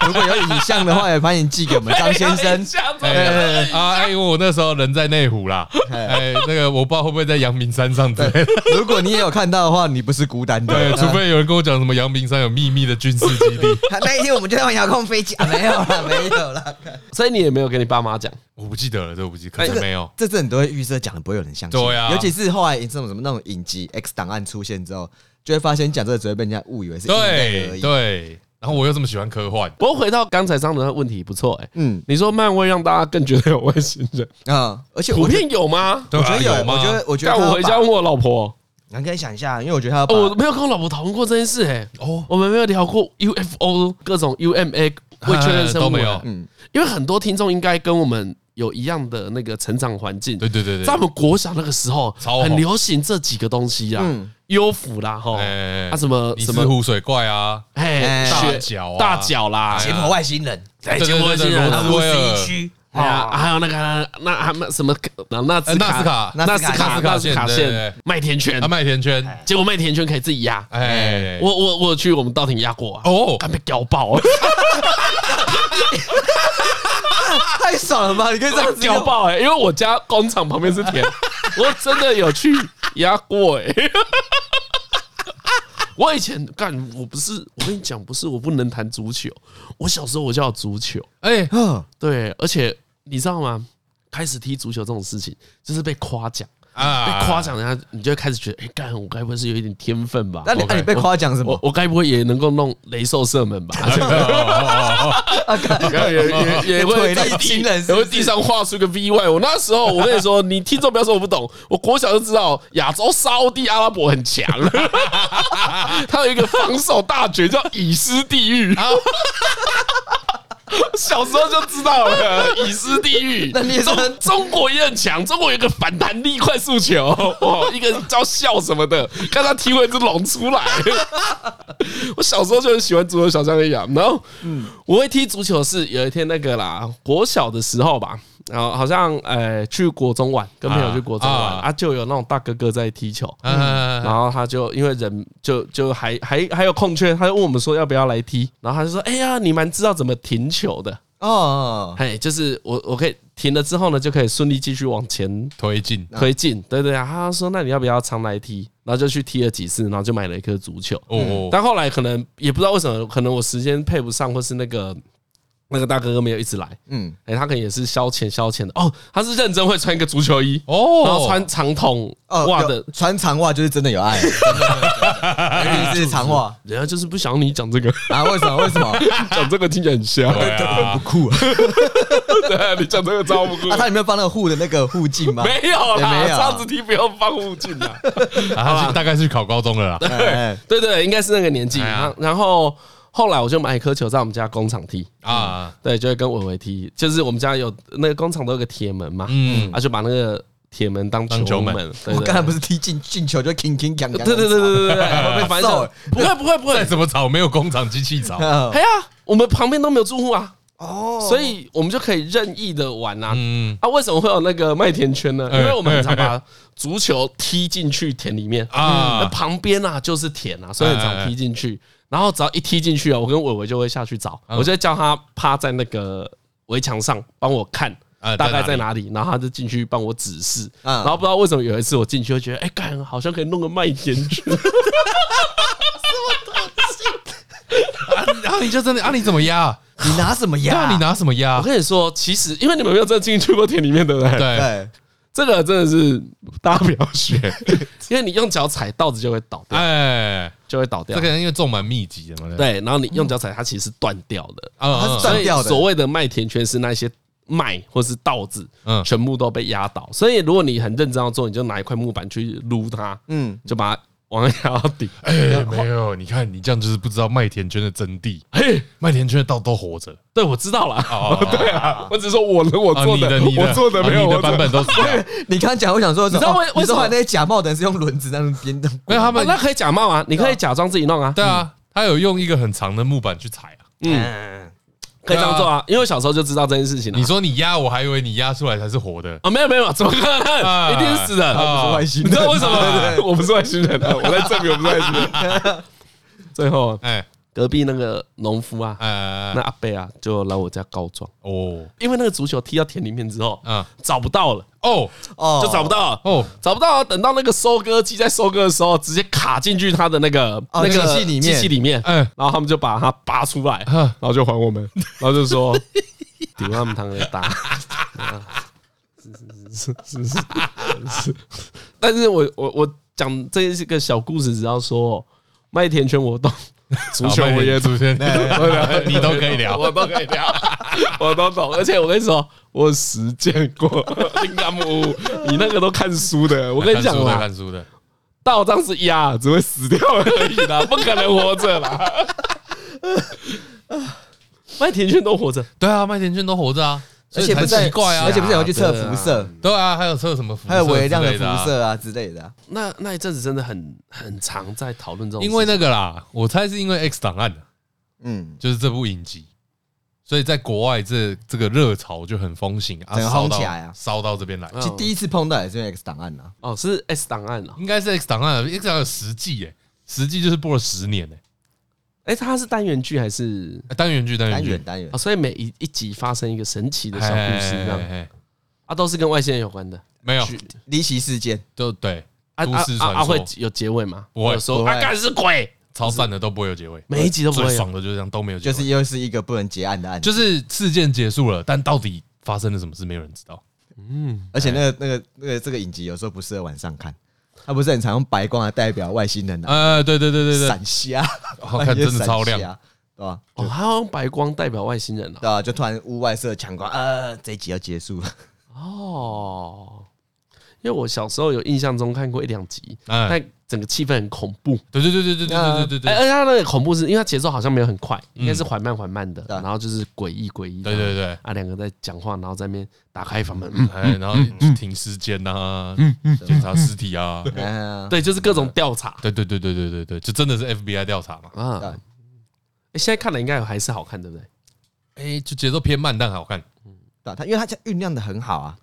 Speaker 3: 如果有影像的话，也把你寄给我们张先
Speaker 1: 哎
Speaker 3: 生。
Speaker 1: 这样子
Speaker 2: 哎啊！哎，因为我那时候人在内湖啦，哎，那个我不知道会不会在阳明山上之类的。
Speaker 3: 如果你也有看到的话，你不是孤单
Speaker 2: 对，
Speaker 3: 的。
Speaker 2: 除非有人跟我讲什么阳明山有秘密的军事基 地，
Speaker 3: 呃那一天我们就用遥控飞机，啊没有啦，没有啦。
Speaker 1: 所以你也没有跟你爸妈讲，
Speaker 2: 我不记得了，这我不记，可能没有。
Speaker 3: 哎这阵你都会预设讲的不会有人相信，
Speaker 2: 对啊
Speaker 3: 尤其是后来这种什么那种影集 X 档案出现之后，就会发现讲这个只会被人家误以为是异类而
Speaker 2: 对
Speaker 3: 已。
Speaker 2: 对，然后我又这么喜欢科幻，
Speaker 1: 不过回到刚才张伦的问题，不错哎、
Speaker 3: 嗯
Speaker 1: 你说漫威让大家更觉得有外星 人，
Speaker 3: 啊，而且
Speaker 1: 普
Speaker 3: 我觉得
Speaker 1: 遍有吗？
Speaker 2: 对
Speaker 3: 我
Speaker 2: 吧
Speaker 3: 觉得有，
Speaker 2: 有吗
Speaker 3: 我觉得我觉得
Speaker 1: 但
Speaker 3: 他要
Speaker 1: 我回家
Speaker 3: 把
Speaker 1: 问我老婆，
Speaker 3: 你可以想一下，因为我觉得他要把
Speaker 1: 哦，我没有跟我老婆讨论过这件事哎、
Speaker 2: 哦
Speaker 1: 我们没有聊过 UFO 各种 UMA 未确认生物、
Speaker 2: 都没有
Speaker 1: 哎因为很多听众应该跟我们有一样的那个成长环境，
Speaker 2: 对对对对
Speaker 1: 在我们国小那个时候
Speaker 2: 超红嗯
Speaker 1: 很流行这几个东西啊，优抚啦哈，
Speaker 2: 哎
Speaker 1: 啊什么
Speaker 2: 你
Speaker 1: 什
Speaker 2: 是
Speaker 1: 么。
Speaker 2: 湖水怪啊，
Speaker 1: 哎，
Speaker 3: 大
Speaker 1: 雪
Speaker 2: 脚啊
Speaker 1: 大脚啦，
Speaker 2: 哎
Speaker 4: 解剖外星人，
Speaker 1: 哎，
Speaker 2: 对
Speaker 1: 结
Speaker 2: 对
Speaker 1: 果
Speaker 2: 对
Speaker 1: 是
Speaker 2: 对罗斯威
Speaker 4: 一
Speaker 2: 尔。
Speaker 4: 区
Speaker 1: 哎呀，还有那个那还有什么纳纳斯
Speaker 2: 纳斯卡
Speaker 1: 纳斯卡纳
Speaker 2: 纳
Speaker 1: 斯
Speaker 2: 斯卡
Speaker 1: 卡
Speaker 2: 线对对
Speaker 1: 线
Speaker 2: 对
Speaker 1: 麦田圈
Speaker 2: 他，麦田圈，
Speaker 1: 结果麦田圈可以自己压。
Speaker 2: 哎，
Speaker 1: 我我我有去我们稻田压过啊，
Speaker 2: 哦
Speaker 1: 干被屌爆，
Speaker 3: 太爽了吧？你可以这样子
Speaker 1: 屌
Speaker 3: 用
Speaker 1: 爆哎！因为我家工厂旁边是田，我真的有去压过哎。我以前干，我不是，我跟你讲，不是我不能弹足球，我小时候我就有足球，
Speaker 2: 哎，
Speaker 3: 嗯
Speaker 1: 对，而且你知道吗？开始踢足球这种事情，就是被夸奖。
Speaker 2: 啊
Speaker 1: 被夸奖，人家你就会开始觉得，哎、干，我该不会是有一点天分吧？
Speaker 3: 那你那
Speaker 2: OK，
Speaker 3: 你被夸奖什
Speaker 1: 我
Speaker 3: 么？
Speaker 1: 我该不会也能够弄雷兽射门吧？
Speaker 2: 啊
Speaker 1: 也也也会
Speaker 3: 腿
Speaker 1: 在
Speaker 3: 力
Speaker 1: 地
Speaker 3: 惊人是
Speaker 1: 也
Speaker 3: 不
Speaker 1: 会
Speaker 3: 是
Speaker 1: 地上画出个 V Y。我那时候我跟你说，你听众不要说我不懂，我国小就知道亚洲沙烏地阿拉伯很强， 他有一个防守大绝叫以斯地狱。 小时候就知道了，以斯地狱。
Speaker 3: 那你也是很
Speaker 1: 中中国也很强，中国有一个反弹力快速球，哦，一个叫笑什么的，看他踢回一只龙出来。我小时候就很喜欢足球小将一样，然后，
Speaker 2: 嗯
Speaker 1: 我会踢足球是有一天那个啦，国小的时候吧，然后好像呃去国中玩，跟朋友去国中玩
Speaker 2: 啊啊
Speaker 1: 啊，就有那种大哥哥在踢球，
Speaker 2: 啊
Speaker 1: 然后他就因为人就就还还还有空缺，他就问我们说要不要来踢，然后他就说，哎呀，你蛮知道怎么停球的，
Speaker 3: 哦，
Speaker 1: 哎，就是我我可以停了之后呢，就可以顺利继续往前
Speaker 2: 推进
Speaker 1: 推进，对对啊，他说那你要不要常来踢？然后就去踢了几次，然后就买了一颗足球。
Speaker 2: 哦，
Speaker 1: 但后来可能也不知道为什么，可能我时间配不上，或是那个那个大哥哥没有一直来，
Speaker 3: 嗯，
Speaker 1: 哎、他可能也是消遣消遣的哦，他是认真会穿一个足球衣，
Speaker 2: 哦
Speaker 1: 然后穿长筒
Speaker 3: 哦，
Speaker 1: 袜
Speaker 3: 有
Speaker 1: 的，
Speaker 3: 穿长袜就是真的有爱，真的真的尤其是长袜
Speaker 1: 人家就是不想你讲这个，
Speaker 3: 啊？为什么？为什么？
Speaker 1: 讲这个听起来很像，
Speaker 2: 对啊，
Speaker 3: 酷啊！
Speaker 1: 对，你讲这个招不
Speaker 3: 啊，
Speaker 1: 过。
Speaker 3: 它里面放那个护的那个护镜吗？
Speaker 1: 没有
Speaker 3: 也
Speaker 1: 啦，
Speaker 3: 没
Speaker 1: 这
Speaker 3: 有啊
Speaker 1: 样子踢不要放附近 啦。
Speaker 2: 啊他去大概是去考高中了啦，
Speaker 3: 哎，
Speaker 1: 对对，应该是那个年纪。
Speaker 2: 哎呀
Speaker 1: 然后然后后来我就买一颗球在我们家工厂踢，
Speaker 2: 啊，
Speaker 1: 对，就会跟伟伟踢，就是我们家有那个工厂都有个铁门嘛，
Speaker 2: 嗯，
Speaker 1: 啊，就把那个铁门当
Speaker 2: 当
Speaker 1: 球
Speaker 2: 球门
Speaker 1: 门。对
Speaker 3: 我
Speaker 1: 对
Speaker 3: 刚哦才不是踢进进球就 king king 锵锵，
Speaker 1: 对对对对对对对， 会被反手
Speaker 3: 揍。
Speaker 1: 不会不会不会
Speaker 2: 再，怎么吵没有工厂机器吵，
Speaker 3: 哦
Speaker 1: 哎呀，我们旁边都没有住户啊，
Speaker 3: 哦，
Speaker 1: 所以我们就可以任意的玩啊。
Speaker 2: 嗯
Speaker 1: 啊，为什么会有那个麦田圈呢？因
Speaker 2: 哎
Speaker 1: 为我们很常把足球踢进去田里面啊，哎
Speaker 2: 啊
Speaker 1: 那旁边啊就是田啊，所以很常踢进去。然后只要一踢进去啊，我跟伟伟就会下去找，我就会叫他趴在那个围墙上帮我看。
Speaker 2: 啊
Speaker 1: 大概哎在
Speaker 2: 在
Speaker 1: 哪里，然后他就进去帮我指示，
Speaker 3: 嗯
Speaker 1: 然后不知道为什么有一次我进去就觉得，哎，干好像可以弄个麦田圈，
Speaker 2: 啊，然后你就真的啊，你怎么压？
Speaker 3: 你拿什么
Speaker 2: 那
Speaker 3: 压？
Speaker 2: 你拿什么
Speaker 1: 我
Speaker 2: 压？
Speaker 1: 跟你说，其实因为你们没有真的进去过田里面，对不对？，
Speaker 2: 对，
Speaker 3: 对，
Speaker 1: 这个真的是大家不要 学，因为你用脚踩稻子就会倒掉，
Speaker 2: 哎，
Speaker 1: 就会倒掉
Speaker 2: 这个。人因为种蛮密集的嘛，不，
Speaker 1: 对，然后你用脚踩，它其实是断掉的。
Speaker 3: 它
Speaker 2: 啊
Speaker 3: 是，
Speaker 1: 所
Speaker 3: 断
Speaker 1: 以
Speaker 3: 掉的
Speaker 1: 所谓的麦田圈是那些麦或是稻子，
Speaker 2: 嗯
Speaker 1: 全部都被压倒。所以如果你很认真要做，你就拿一块木板去撸它，
Speaker 3: 嗯，
Speaker 1: 就把它往下压到底。
Speaker 2: 哎，没有，你看你这样就是不知道麦田圈的真谛，
Speaker 1: 嘿，
Speaker 2: 麦田圈的稻都活着。
Speaker 1: 对，我知道了。
Speaker 2: 哦， 对啊，
Speaker 1: 我只是说我能我
Speaker 2: 啊
Speaker 1: 做
Speaker 2: 你的你的
Speaker 1: 我哦做的没有
Speaker 2: 啊你
Speaker 1: 我
Speaker 2: 的版本都是 这样，
Speaker 3: 你刚刚讲，我想说，
Speaker 1: 你知道为为
Speaker 3: 哦
Speaker 1: 什么
Speaker 3: 你说后来那些假冒的人是用轮子在那边编
Speaker 2: 没有他
Speaker 1: 哦
Speaker 2: 们
Speaker 1: 那可以假
Speaker 3: 啊
Speaker 1: 冒啊，你可以假装自己弄啊。
Speaker 2: 对啊，他有用一个很长的木板去踩啊，
Speaker 1: 嗯，可以这样做啊，因为我小时候就知道这件事情啊。
Speaker 2: 你说你压，我还以为你压出来才是活的。
Speaker 1: 啊，没有没有，怎么可 能？
Speaker 2: 啊
Speaker 1: 一定是死的。
Speaker 2: 啊
Speaker 3: 不是外星
Speaker 1: 你
Speaker 3: 人，
Speaker 1: 知道为什
Speaker 3: 对
Speaker 1: 么？我不是外星人 啊！我在证明我不是外星人。 最后，
Speaker 2: 哎
Speaker 1: 隔壁那个农夫啊，
Speaker 2: 哎
Speaker 1: 那阿贝啊，就来我家告状，
Speaker 2: 哦
Speaker 1: 因为那个足球踢到田里面之后，
Speaker 2: 啊
Speaker 1: 找不到了，
Speaker 2: 哦
Speaker 3: 哦
Speaker 1: 就找不到了。
Speaker 2: 哦，
Speaker 1: 找不到，等到那个收割机在收割的时候，直接卡进去他的那个那
Speaker 3: 哦
Speaker 1: 个
Speaker 3: 机器里面
Speaker 1: 机器里面，嗯
Speaker 2: 哎
Speaker 1: 然后他们就把它拔出来，
Speaker 2: 嗯
Speaker 1: 然后就还我们，然后就说 顶他们堂的打。是是是是是是，但是我我我讲这是个小故事，只要说麦田圈我懂， 足球我也懂，
Speaker 2: 主圈，你都可以聊。
Speaker 1: 我都可以聊， 我都懂。而且我跟你说，我实践过金刚木屋，你那个都看书 的，我
Speaker 2: 我
Speaker 1: 跟你讲啦，
Speaker 2: 看书的，
Speaker 1: 到当是鸭，只会死掉而已啦，不可能活着 啦。麦田圈都活着，
Speaker 2: 对啊，麦田圈都活着啊，所
Speaker 3: 而
Speaker 2: 以
Speaker 3: 且
Speaker 2: 才
Speaker 3: 不是
Speaker 2: 奇怪啊
Speaker 3: 而。且不是有去测辐射，
Speaker 2: 对啊，还有测什么辐射，
Speaker 3: 还有微量的辐，射啊之类的啊。
Speaker 1: 那那一阵子真的很很常在讨论这种事情，
Speaker 2: 因为那个啦，我猜是因为 X 档案的，
Speaker 3: 嗯，
Speaker 2: 就是这部影集，所以在国外这这个热潮就很风行啊，
Speaker 3: 整个
Speaker 2: 烧
Speaker 3: 轰
Speaker 2: 到
Speaker 3: 起来啊
Speaker 2: 烧到这边来，
Speaker 1: 嗯
Speaker 3: 其实第一次碰到也是因为 X 档案啊。
Speaker 1: 哦是 S 档案啊，
Speaker 2: 应该是 X 档案，X 档案有十季诶，十季就是播了十年诶，
Speaker 1: 哎，它是单元剧还是
Speaker 2: 哎单元剧单
Speaker 3: 单
Speaker 2: 元剧
Speaker 3: 元，单元
Speaker 1: 哦？，所以每一一集发生一个神奇的小故事，这
Speaker 2: 嘿嘿
Speaker 1: 样
Speaker 2: 嘿嘿
Speaker 1: 啊，都是跟外星人有关的。
Speaker 2: 没有，
Speaker 3: 离奇事件，
Speaker 2: 就对，
Speaker 1: 啊
Speaker 2: 都
Speaker 1: 啊
Speaker 2: 市
Speaker 1: 啊
Speaker 2: 传
Speaker 1: 啊！会
Speaker 2: 说，
Speaker 1: 有结尾吗？
Speaker 2: 不会
Speaker 1: 有说
Speaker 3: 不会
Speaker 1: 啊，干是鬼，
Speaker 2: 超赞的都不会有结尾，
Speaker 1: 每一集都不会有
Speaker 2: 最爽的就是这样，都没有结
Speaker 3: 就
Speaker 2: 尾，
Speaker 3: 是又是一个不能结案的案，子，
Speaker 2: 就是事件结束了，但到底发生了什么事，没有人知道。
Speaker 3: 而且
Speaker 2: 哎
Speaker 3: 那个那个那个这个影集有时候不适合晚上看，它不是很常用白光来代表外星人啊，
Speaker 2: 呃，对对对对对，
Speaker 3: 闪瞎，
Speaker 2: 好看真的 超亮
Speaker 3: 半夜闪瞎，对吧？
Speaker 1: 哦，他用白光代表外星人啊。
Speaker 3: 对啊，就突然屋外射强光，呃，这一集要结束了，
Speaker 1: 哦，因为我小时候有印象中看过一两集，
Speaker 2: 哎
Speaker 1: 但整个气氛很恐怖。
Speaker 2: 对对对对对对对对对
Speaker 1: 哎，而
Speaker 2: 对
Speaker 1: 且它那个恐怖是因为它节奏好像没有很快，应该是缓慢缓慢的，
Speaker 3: 对
Speaker 1: 然后就是诡异诡异的。
Speaker 2: 啊对对对，
Speaker 1: 啊，两个在讲话，然后在那边打开房门，嗯
Speaker 2: 哎，然后停尸间呐，检查尸体啊，
Speaker 3: 嗯，
Speaker 1: 对，就是各种调查
Speaker 2: 对对对对对对对，就真的是 FBI 调查嘛，
Speaker 1: 啊。
Speaker 3: 对
Speaker 1: 哎现在看了应该还是好看，对不对？
Speaker 2: 哎，就节奏偏慢但好看，
Speaker 3: 对啊，他因为他这酝酿的很好啊，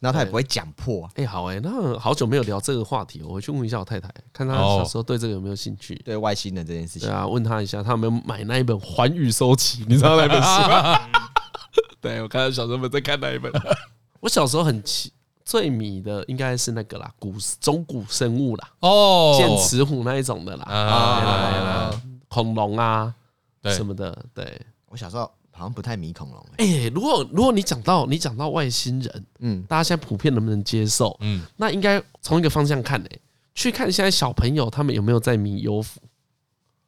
Speaker 3: 然后他也不会讲破啊，
Speaker 1: 哎，好哎，那好久没有聊这个话题，我回去问一下我太太，看她
Speaker 2: 哦
Speaker 1: 小时候对这个有没有兴趣。
Speaker 3: 对外星人这件事
Speaker 1: 对
Speaker 3: 情，
Speaker 1: 啊，问他一下，他有没有买那一本《寰宇收集》？你知道那本书吗？ 对，我看到小时候在看那一本。 我小时候很奇最迷的应该是那个啦，古中古生物啦，
Speaker 2: 哦，
Speaker 1: 剑齿虎那一种的啦，
Speaker 2: 啊，
Speaker 1: 恐龙啊
Speaker 2: 对
Speaker 1: 什么的。对，
Speaker 3: 我小时候好像不太迷恐龙欸，
Speaker 1: 哎，如果如果你讲到你讲到外星人，
Speaker 3: 嗯，
Speaker 1: 大家现在普遍能不能接受？
Speaker 2: 嗯，
Speaker 1: 那应该从一个方向看，哎，去看现在小朋友他们有没有在迷幽浮。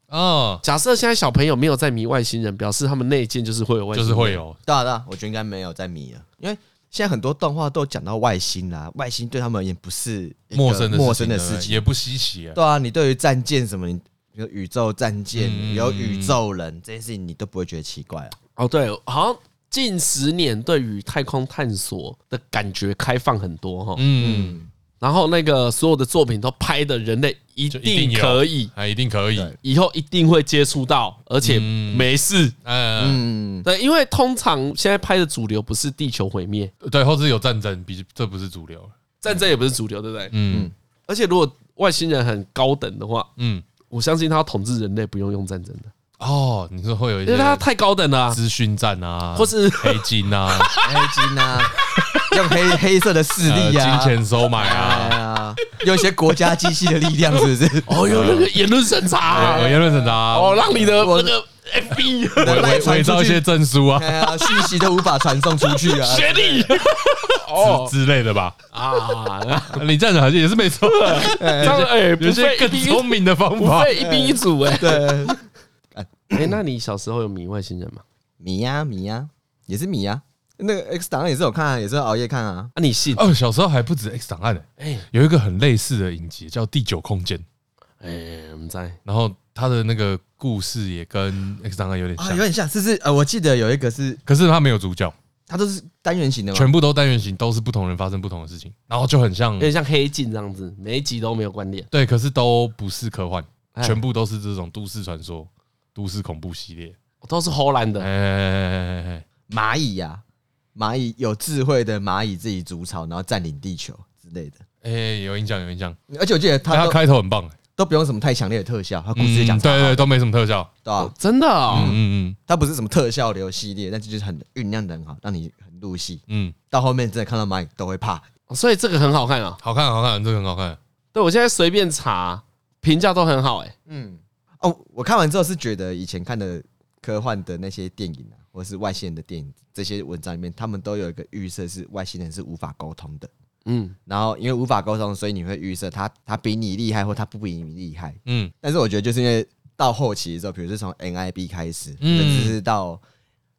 Speaker 2: 哦，
Speaker 1: 假设现在小朋友没有在迷外星人，表示他们内建就是会有外
Speaker 2: 就
Speaker 1: 星人，
Speaker 2: 是会有，
Speaker 3: 对啊对啊，我觉得应该没有在迷了，因为。现在很多动画都讲到外星啦、外星对他们而言不是一个
Speaker 2: 陌生的
Speaker 3: 陌生的事情，
Speaker 2: 也不稀奇啊。
Speaker 3: 对啊，你对于战舰什么，你比如宇宙战舰、
Speaker 2: 嗯
Speaker 3: 有宇宙人这件事情，你都不会觉得奇怪啊。
Speaker 1: 哦，对，好像近十年对于太空探索的感觉开放很多哈，
Speaker 2: 嗯，
Speaker 1: 然后那个所有的作品都拍的人类一
Speaker 2: 就一定
Speaker 1: 定
Speaker 2: 有
Speaker 1: 可以，
Speaker 2: 还一定可以，
Speaker 3: 对
Speaker 1: 以后一定会接触到，而且
Speaker 2: 嗯
Speaker 1: 没事。
Speaker 2: 嗯，
Speaker 3: 嗯，
Speaker 1: 对，因为通常现在拍的主流不是地球毁灭，
Speaker 2: 对，或者有战争，比这不是主流，
Speaker 1: 战争也不是主流，对不对？
Speaker 2: 嗯
Speaker 1: 而且如果外星人很高等的话，
Speaker 2: 嗯，
Speaker 1: 我相信他要统治人类不用用战争的，
Speaker 2: 哦，你说会有一
Speaker 1: 因为
Speaker 2: 些
Speaker 1: 他太高等了啊，
Speaker 2: 资讯战啊，
Speaker 1: 或是？
Speaker 2: 黑金啊，
Speaker 3: 黑金啊， 用黑黑色的势
Speaker 2: 呃
Speaker 3: 力啊，
Speaker 2: 金钱收买
Speaker 3: 哎
Speaker 2: 啊，
Speaker 3: 呀，用一些国家机器的力量，是不是
Speaker 1: 哦有 那个言论审查啊
Speaker 2: 有，言论审查啊，
Speaker 1: 哦让你的那个 FB
Speaker 3: 人类
Speaker 2: 伪
Speaker 3: 传
Speaker 2: 伪
Speaker 3: 出
Speaker 2: 造一些
Speaker 3: 去，
Speaker 2: 证书啊
Speaker 3: 哎呀，讯息都无法传送出去 啊。
Speaker 1: 学历哦
Speaker 2: 之之类的吧。
Speaker 1: 啊。
Speaker 2: 你这样讲好像也是没错啊，
Speaker 1: 这样哎，不
Speaker 2: 有些
Speaker 1: 费
Speaker 2: 更聪明的方
Speaker 1: 不
Speaker 2: 法。
Speaker 1: 费一兵一卒哎。
Speaker 3: 对，
Speaker 1: 哎，那你小时候有迷外星人吗？
Speaker 3: 米呀、米呀、也是米呀、那个 X 档案也是有看、啊，也是熬夜看啊。
Speaker 1: 啊，你信？
Speaker 2: 哦，小时候还不止 X 档案呢，
Speaker 1: 哎
Speaker 2: 有一个很类似的影集叫《第九空间》，
Speaker 1: 哎，我们在
Speaker 2: 然后它的那个故事也跟 X 档案有点
Speaker 3: 啊，
Speaker 2: 像
Speaker 3: 有，点像，是不是？呃，我记得有一个是，
Speaker 2: 可是它没有主角，
Speaker 3: 它都是单元型的嘛。
Speaker 2: 全部都单元型，都是不同人发生不同的事情，然后就很像
Speaker 1: 有点像黑镜这样子，每一集都没有关联。
Speaker 2: 对，可是都不是科幻，
Speaker 1: 哎
Speaker 2: 全部都是这种都市传说、都市恐怖系列。
Speaker 1: 哦都是荷兰
Speaker 2: 哎
Speaker 1: 的，
Speaker 2: 哎，哎
Speaker 3: 蚂蚁呀、蚂蚁有智慧的蚂蚁自己筑巢，然后占领地球之类的。
Speaker 2: 哎，哎有印象有印象，
Speaker 3: 而且我记得他
Speaker 2: 他
Speaker 3: 都
Speaker 2: 开头很棒，欸
Speaker 3: 都不用什么太强烈的特效，他故事就
Speaker 2: 嗯
Speaker 3: 讲
Speaker 2: 对
Speaker 3: 超好
Speaker 2: 对，都没什么特效，
Speaker 3: 对吧？
Speaker 1: 真的哦，
Speaker 2: 嗯嗯
Speaker 3: 它不是什么特效流系列，但是就是很酝酿的很好，让你很入戏。
Speaker 2: 嗯，
Speaker 3: 到后面真的看到蚂蚁都会怕。
Speaker 1: 所以这个很好看啊。
Speaker 2: 好看好看，这个很好看，
Speaker 1: 对我现在随便查评价都很好，哎，
Speaker 3: 嗯，哦，我看完之后是觉得以前看的科幻的那些电影啊，或是外星人的电影，这些文章里面，他们都有一个预设是外星人是无法沟通的。
Speaker 1: 嗯，
Speaker 3: 然后因为无法沟通，所以你会预设他他比你厉害，或他不比你厉害。
Speaker 2: 嗯
Speaker 3: 但是我觉得就是因为到后期的时候，比如说从 NIB 开始，
Speaker 2: 嗯
Speaker 3: 甚至是到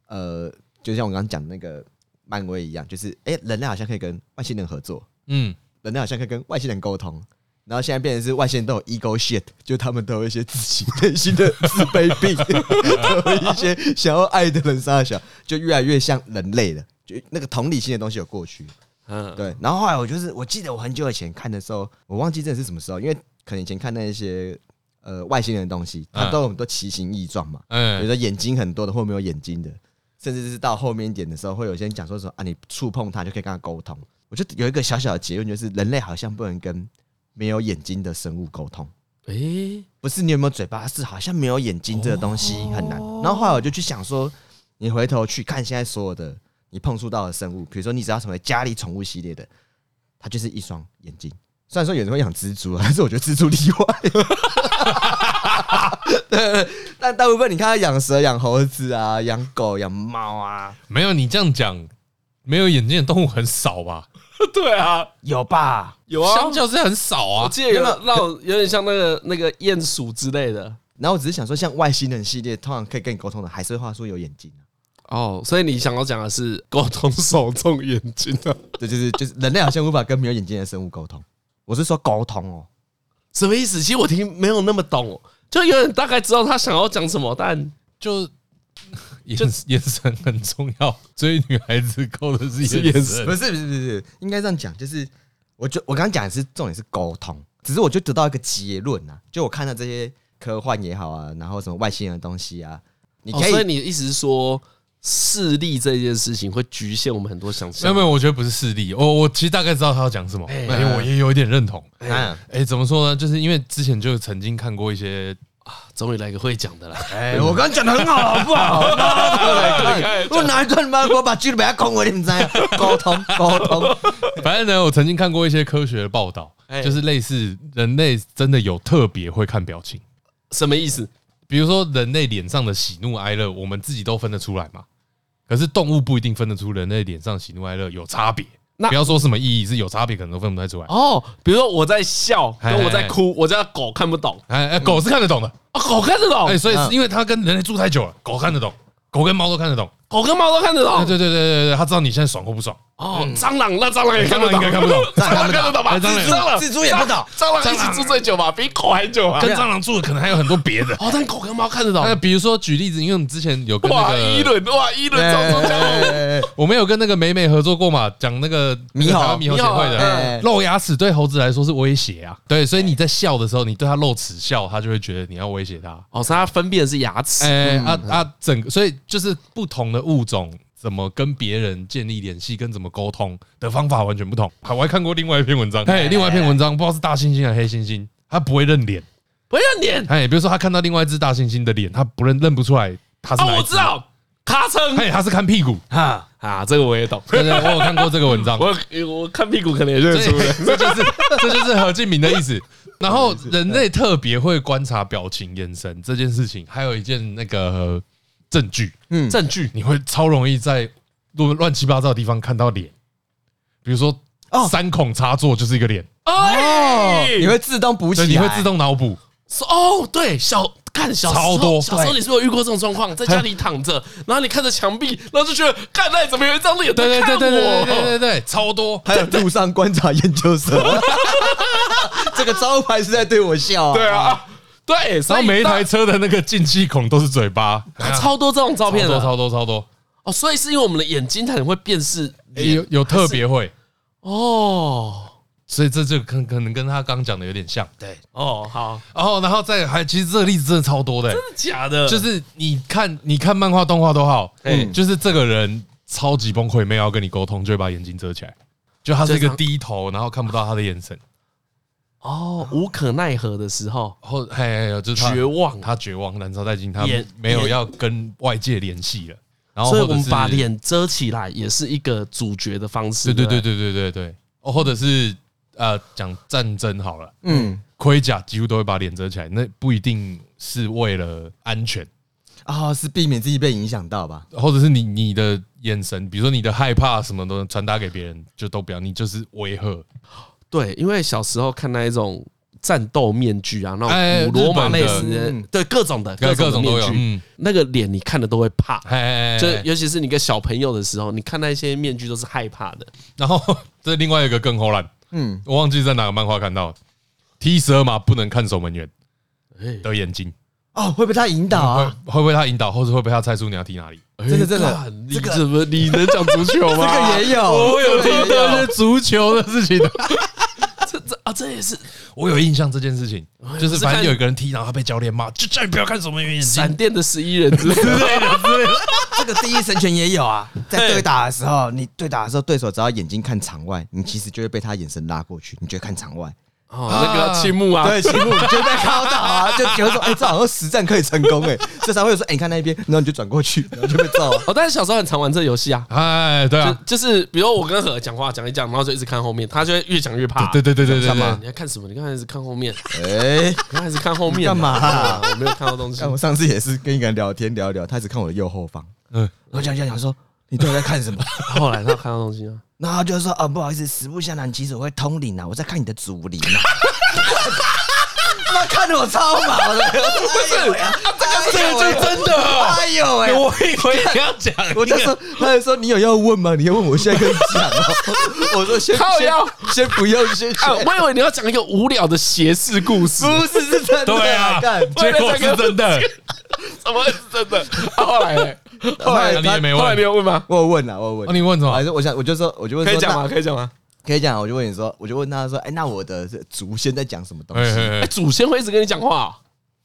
Speaker 3: 呃，就像我刚刚讲的那个漫威一样，就是哎、诶人类好像可以跟外星人合作，
Speaker 2: 嗯，
Speaker 3: 人类好像可以跟外星人沟通。然后现在变成是外星人都有 ego shit，就他们都有一些自己内心的自卑病， 都有一些想要爱的人杀小，就越来越像人类了，就那个同理心的东西有过去。
Speaker 1: 嗯，
Speaker 3: 对，然后后来我就是，我记得我很久以前看的时候，我忘记这是什么时候，因为可能以前看那一些呃外星人的东西，它
Speaker 2: 嗯
Speaker 3: 都有很多奇形异状嘛，比如
Speaker 2: 哎，
Speaker 3: 说眼睛很多的或没有眼睛的，甚至是到后面一点的时候，会有些人讲说什么啊，你触碰它就可以跟它沟通。我就有一个小小的结论，就是人类好像不能跟没有眼睛的生物沟通。
Speaker 1: 诶，
Speaker 3: 不是你有没有嘴巴，是好像没有眼睛这个东西很难。然后后来我就去想说，你回头去看现在所有的你碰触到的生物，比如说你只要成为家里宠物系列的，它就是一双眼睛。虽然说有人会养蜘蛛啊， 但是我觉得蜘蛛例外。对，但大部分你看它养蛇、养猴子啊、养狗、养猫啊，
Speaker 2: 没有你这样讲，没有眼睛的动物很少吧？
Speaker 1: 对啊，
Speaker 3: 有吧？
Speaker 1: 有啊，
Speaker 2: 相较之下很少
Speaker 1: 我
Speaker 2: 啊，
Speaker 1: 记得有让我有点像那个那个鼹鼠之类的
Speaker 3: 然后我只是想说，像外星人系列，通常可以跟你沟通的，还是会画出有眼睛啊。
Speaker 1: 哦，所以你想要讲的是沟通手中眼睛啊？
Speaker 3: 对，就是就是人类好像无法跟没有眼睛的生物沟通。我是说沟通哦。
Speaker 1: 什么意思？其实我听没有那么懂，就有点大概知道他想要讲什么，但
Speaker 2: 就眼眼神很重要，追女孩子靠的是
Speaker 1: 是眼
Speaker 2: 眼
Speaker 1: 神
Speaker 2: 神
Speaker 3: 不。是不是不是不是，应该这样讲，就是我觉我刚刚讲的是重点是沟通，只是我就得到一个结论啊，就我看到这些科幻也好啊，然后什么外星人的东西啊，你
Speaker 1: 哦
Speaker 3: 可
Speaker 1: 所以
Speaker 3: 以
Speaker 1: 你的意思是说，视力这件事情会局限我们很多想
Speaker 2: 没有
Speaker 1: 象
Speaker 2: 没？有，我觉得不是势力。我我其实大概知道他要讲什么，
Speaker 1: 哎
Speaker 2: 因为我也有一点认同。
Speaker 3: 嗯，
Speaker 2: 哎，怎么说呢？就是因为之前就曾经看过一 些，
Speaker 1: 终于来个会讲的啦！
Speaker 3: 哎，我刚刚讲的很好，好不好？我哪一段妈，我把剧本它空我，你们知道？沟通沟通，
Speaker 2: 反正呢，我曾经看过一些科学的报道，
Speaker 1: 哎
Speaker 2: 就是类似人类真的有特别会看表情，
Speaker 1: 什么意思？
Speaker 2: 比如说人类脸上的喜怒哀乐，我们自己都分得出来嘛。可是动物不一定分得出人类脸上喜怒哀乐有差别，
Speaker 1: 那
Speaker 2: 不要说什么意义是有差别，可能都分不太出来。
Speaker 1: 哦，比如说我在笑，跟我在
Speaker 2: 哎
Speaker 1: 哭，我家狗看不懂，
Speaker 2: 哎哎，狗是看得懂的，
Speaker 1: 啊，狗看得
Speaker 2: 哎、
Speaker 1: 懂，
Speaker 2: 所以
Speaker 3: 嗯
Speaker 2: 是因为它跟人类住太久了，狗看得懂，狗跟猫都看得懂。
Speaker 1: 狗跟猫都看得
Speaker 2: 哎，
Speaker 1: 懂。
Speaker 2: 对对对对对，它知道你现在爽或不爽。
Speaker 1: 哦，蟑螂那蟑螂也看不
Speaker 2: 哎
Speaker 1: 懂，
Speaker 2: 蟑螂应该看 不懂
Speaker 1: 蟑螂看得懂吧？
Speaker 2: 哎蟑螂
Speaker 1: 螂
Speaker 3: 蜘蛛也不懂，
Speaker 1: 蟑螂一起住最久吧，比狗还久吧？。
Speaker 2: 跟蟑螂住的可能还有很多别的
Speaker 1: 哦，但狗跟猫看得懂
Speaker 2: 那。比如说举例子，因为我们之前有跟那
Speaker 1: 哇，一
Speaker 2: 个，
Speaker 1: 轮哇，一轮
Speaker 3: 哎
Speaker 1: 中中奖，
Speaker 3: 哎哎
Speaker 2: 我们有跟那个美美合作过嘛，讲那个
Speaker 3: 猕猴
Speaker 2: 台湾猕猴协会
Speaker 1: 猕猴
Speaker 2: 的
Speaker 3: 哎
Speaker 2: 露牙齿对猴子来说是威胁啊。对，所以你在笑的时候，你对它露齿笑，它就会觉得你要威胁它。
Speaker 1: 哦，所以它分辨的是牙齿。
Speaker 2: 哎啊啊，整个所以就是不同的物种怎么跟别人建立联系，跟怎么沟通的方法完全不同。好，我还看过另外一篇文章，哎，另外一篇文章不知道是大猩猩还是黑猩猩，它不会认脸，
Speaker 1: 不要脸
Speaker 2: 哎，比如说它看到另外一只大猩猩的脸，它不认认不出来它是
Speaker 1: 啊！
Speaker 2: 哪一
Speaker 1: 我
Speaker 2: 只
Speaker 1: 知，道，咔蹭
Speaker 2: 哎，它是看屁股，
Speaker 1: 啊啊，这个我也懂。
Speaker 2: 对对，我有看过这个文章，
Speaker 1: 我我看屁股可能也认
Speaker 2: 这
Speaker 1: 出来。
Speaker 2: 这就是这就是何敬明的意思。然后人类特别会观察表情、眼神这件事情，还有一件那个证据，
Speaker 3: 嗯
Speaker 2: 证据你会超容易在乱乱七八糟的地方看到脸，比如说
Speaker 3: 哦
Speaker 2: 三孔插座就是一个脸，
Speaker 1: 哎
Speaker 3: 哎，你会自动补起
Speaker 2: 所
Speaker 3: 来，
Speaker 2: 以你会自动脑补。
Speaker 1: 说哦，对，小看小时候
Speaker 2: 超多
Speaker 1: 小时候你是不是有遇过这种状况？在家里躺着，然后你看着墙壁，然后就觉得，看那里怎么有一张脸
Speaker 2: 对
Speaker 1: 在
Speaker 2: 对
Speaker 1: 看
Speaker 2: 对对对对对
Speaker 1: 我？
Speaker 2: 对对，超多。
Speaker 3: 还有路上观察研究所，这个招牌是在对我笑啊。
Speaker 1: 对啊，对，
Speaker 2: 然
Speaker 1: 所
Speaker 2: 后
Speaker 1: 以
Speaker 2: 每一台车的那个进气孔都是嘴巴，
Speaker 1: 那超多这种照
Speaker 2: 超
Speaker 1: 片
Speaker 2: 多
Speaker 1: 的
Speaker 2: 超多超多，
Speaker 1: 哦，所
Speaker 2: 哎
Speaker 1: 以是因为我们的眼睛才能会辨识
Speaker 2: 有有特别会。
Speaker 1: 哦。
Speaker 2: 所以这就可可能跟他刚讲的有点像。
Speaker 3: 对，
Speaker 1: 哦， 好，
Speaker 2: 然后，然后再还，其实这个例子真的超多的、
Speaker 1: 真的假的？
Speaker 2: 就是你看，你看漫画、动画都好，
Speaker 1: 嘿
Speaker 2: 就是这个人超级崩溃，没有要跟你沟通，就会把眼睛遮起来。就他是一
Speaker 1: 就
Speaker 2: 个
Speaker 1: 常
Speaker 2: 低头，然后看不到他的眼神，
Speaker 1: 哦，无可奈何的时候，
Speaker 2: 然后嘿，嘿就是他
Speaker 1: 绝望。
Speaker 2: 他绝望，燃烧殆尽，他
Speaker 1: 眼
Speaker 2: 没有要跟外界联系了。然后，
Speaker 1: 所以我们把
Speaker 2: 脸。
Speaker 1: 脸遮起来也是一个主角的方式。
Speaker 2: 对对
Speaker 1: 不
Speaker 2: 对对对对对，哦，或者是呃，讲战争好了，
Speaker 3: 嗯
Speaker 2: 盔甲几乎都会把脸遮起来，那不一定是为了安全，
Speaker 3: 啊，是避免自己被影响到吧？
Speaker 2: 或者是你你的眼神，比如说你的害怕什么的传达给别人，就都不要，你就是威吓。
Speaker 1: 对，因为小时候看那一种战斗面具啊，那
Speaker 2: 哎
Speaker 1: 种古罗马
Speaker 2: 日本的
Speaker 1: 类似的
Speaker 3: 嗯，
Speaker 1: 对各种的
Speaker 2: 各
Speaker 1: 种的
Speaker 2: 各种都有
Speaker 1: 面具
Speaker 2: 嗯，
Speaker 1: 那个脸你看了都会怕。
Speaker 2: 哎，
Speaker 1: 就尤其是你一个小朋友的时候，你看那些面具都是害怕的。
Speaker 2: 然后这另外一个更后烂，
Speaker 3: 嗯，
Speaker 2: 我忘记在哪个漫画看到，T 十二嘛不能看守门员
Speaker 1: 哎
Speaker 2: 的眼睛，
Speaker 3: 哦，会被他引导
Speaker 2: 会
Speaker 3: 啊，
Speaker 2: 会被他引导，或者会被他猜出你要踢哪里。
Speaker 3: 真的真的
Speaker 1: 干你
Speaker 3: 哎这个
Speaker 1: 怎么你能讲足球
Speaker 3: 这
Speaker 1: 吗？
Speaker 3: 个也有，
Speaker 2: 嗯我有
Speaker 3: 这
Speaker 2: 听
Speaker 3: 个也
Speaker 2: 到那足球的事情，
Speaker 1: 这这啊，这也是
Speaker 2: 我有印象这件事情，就是反正
Speaker 1: 看
Speaker 2: 有一个人踢，然后他被教练骂，就叫你不要看守门员眼睛
Speaker 1: 闪电的十一人之类的。
Speaker 3: 这个第一神拳也有啊，在对打的时候，你对打的时候，对手只要眼睛看场外，你其实就会被他眼神拉过去，你就会看场外，
Speaker 1: 哦，那个青木啊，
Speaker 3: 对，题目就被敲倒啊， 就觉得说，哎，这好像实战可以成功哎，这才会有说，哎，你看那边，然后你就转过去，然后就被揍 啊。
Speaker 1: 哦，但是小时候很常玩这游戏啊。
Speaker 2: 哎，对啊，
Speaker 1: 就就是，比如我跟何讲话讲一讲，然后就一直看后面，他就会越讲越怕。
Speaker 2: 对对对对对
Speaker 1: 干
Speaker 2: 对
Speaker 1: 嘛？
Speaker 2: 对，
Speaker 1: 你在看什么？你刚才一直看后面，
Speaker 3: 哎，
Speaker 1: 你刚才一直看后面
Speaker 3: 干嘛啊
Speaker 1: 我没有看到东西
Speaker 3: 看。我上次也是跟一个人聊天聊一聊，他一直看我的右后方，
Speaker 2: 嗯，
Speaker 3: 我讲讲讲说，你到底在看什么？
Speaker 1: 后来他看到东西了，
Speaker 3: 然后他就说啊，不好意思，实不相瞒，其实我会通灵啊，我在看你的祖灵啊。 那看得我超 毛的，哎不是，这
Speaker 2: 这个就真的哦，
Speaker 3: 哎呦喂、
Speaker 2: 我以为你要讲，
Speaker 3: 我就说，他还说你有要问吗？你要问我现在跟你讲哦。 我说先
Speaker 1: 靠腰
Speaker 3: 先先不用，先
Speaker 1: 啊，
Speaker 3: 先
Speaker 1: 我以为你要讲一个无聊的邪事故 事，
Speaker 3: 不是是真的，
Speaker 2: 对啊，
Speaker 3: 干
Speaker 2: 结果是真的，
Speaker 1: 怎么是真的？啊后来嘞，后来
Speaker 3: 哎后来
Speaker 2: 啊你也没
Speaker 1: 后来你
Speaker 2: 问，
Speaker 1: 有问吗？
Speaker 3: 我有问了，啊我有问，
Speaker 2: 哦，你问什
Speaker 3: 还
Speaker 2: 么？
Speaker 3: 是我想，我就说，我就问
Speaker 1: 可
Speaker 3: 说，
Speaker 1: 以讲吗？
Speaker 3: 那
Speaker 1: 可以讲吗？
Speaker 3: 可以讲，我就问你说，我就问他说，哎，那我的祖先在讲什么东
Speaker 2: 哎
Speaker 3: 西？
Speaker 2: 哎
Speaker 1: 哎，
Speaker 2: 哎
Speaker 1: 祖先会一直跟你讲话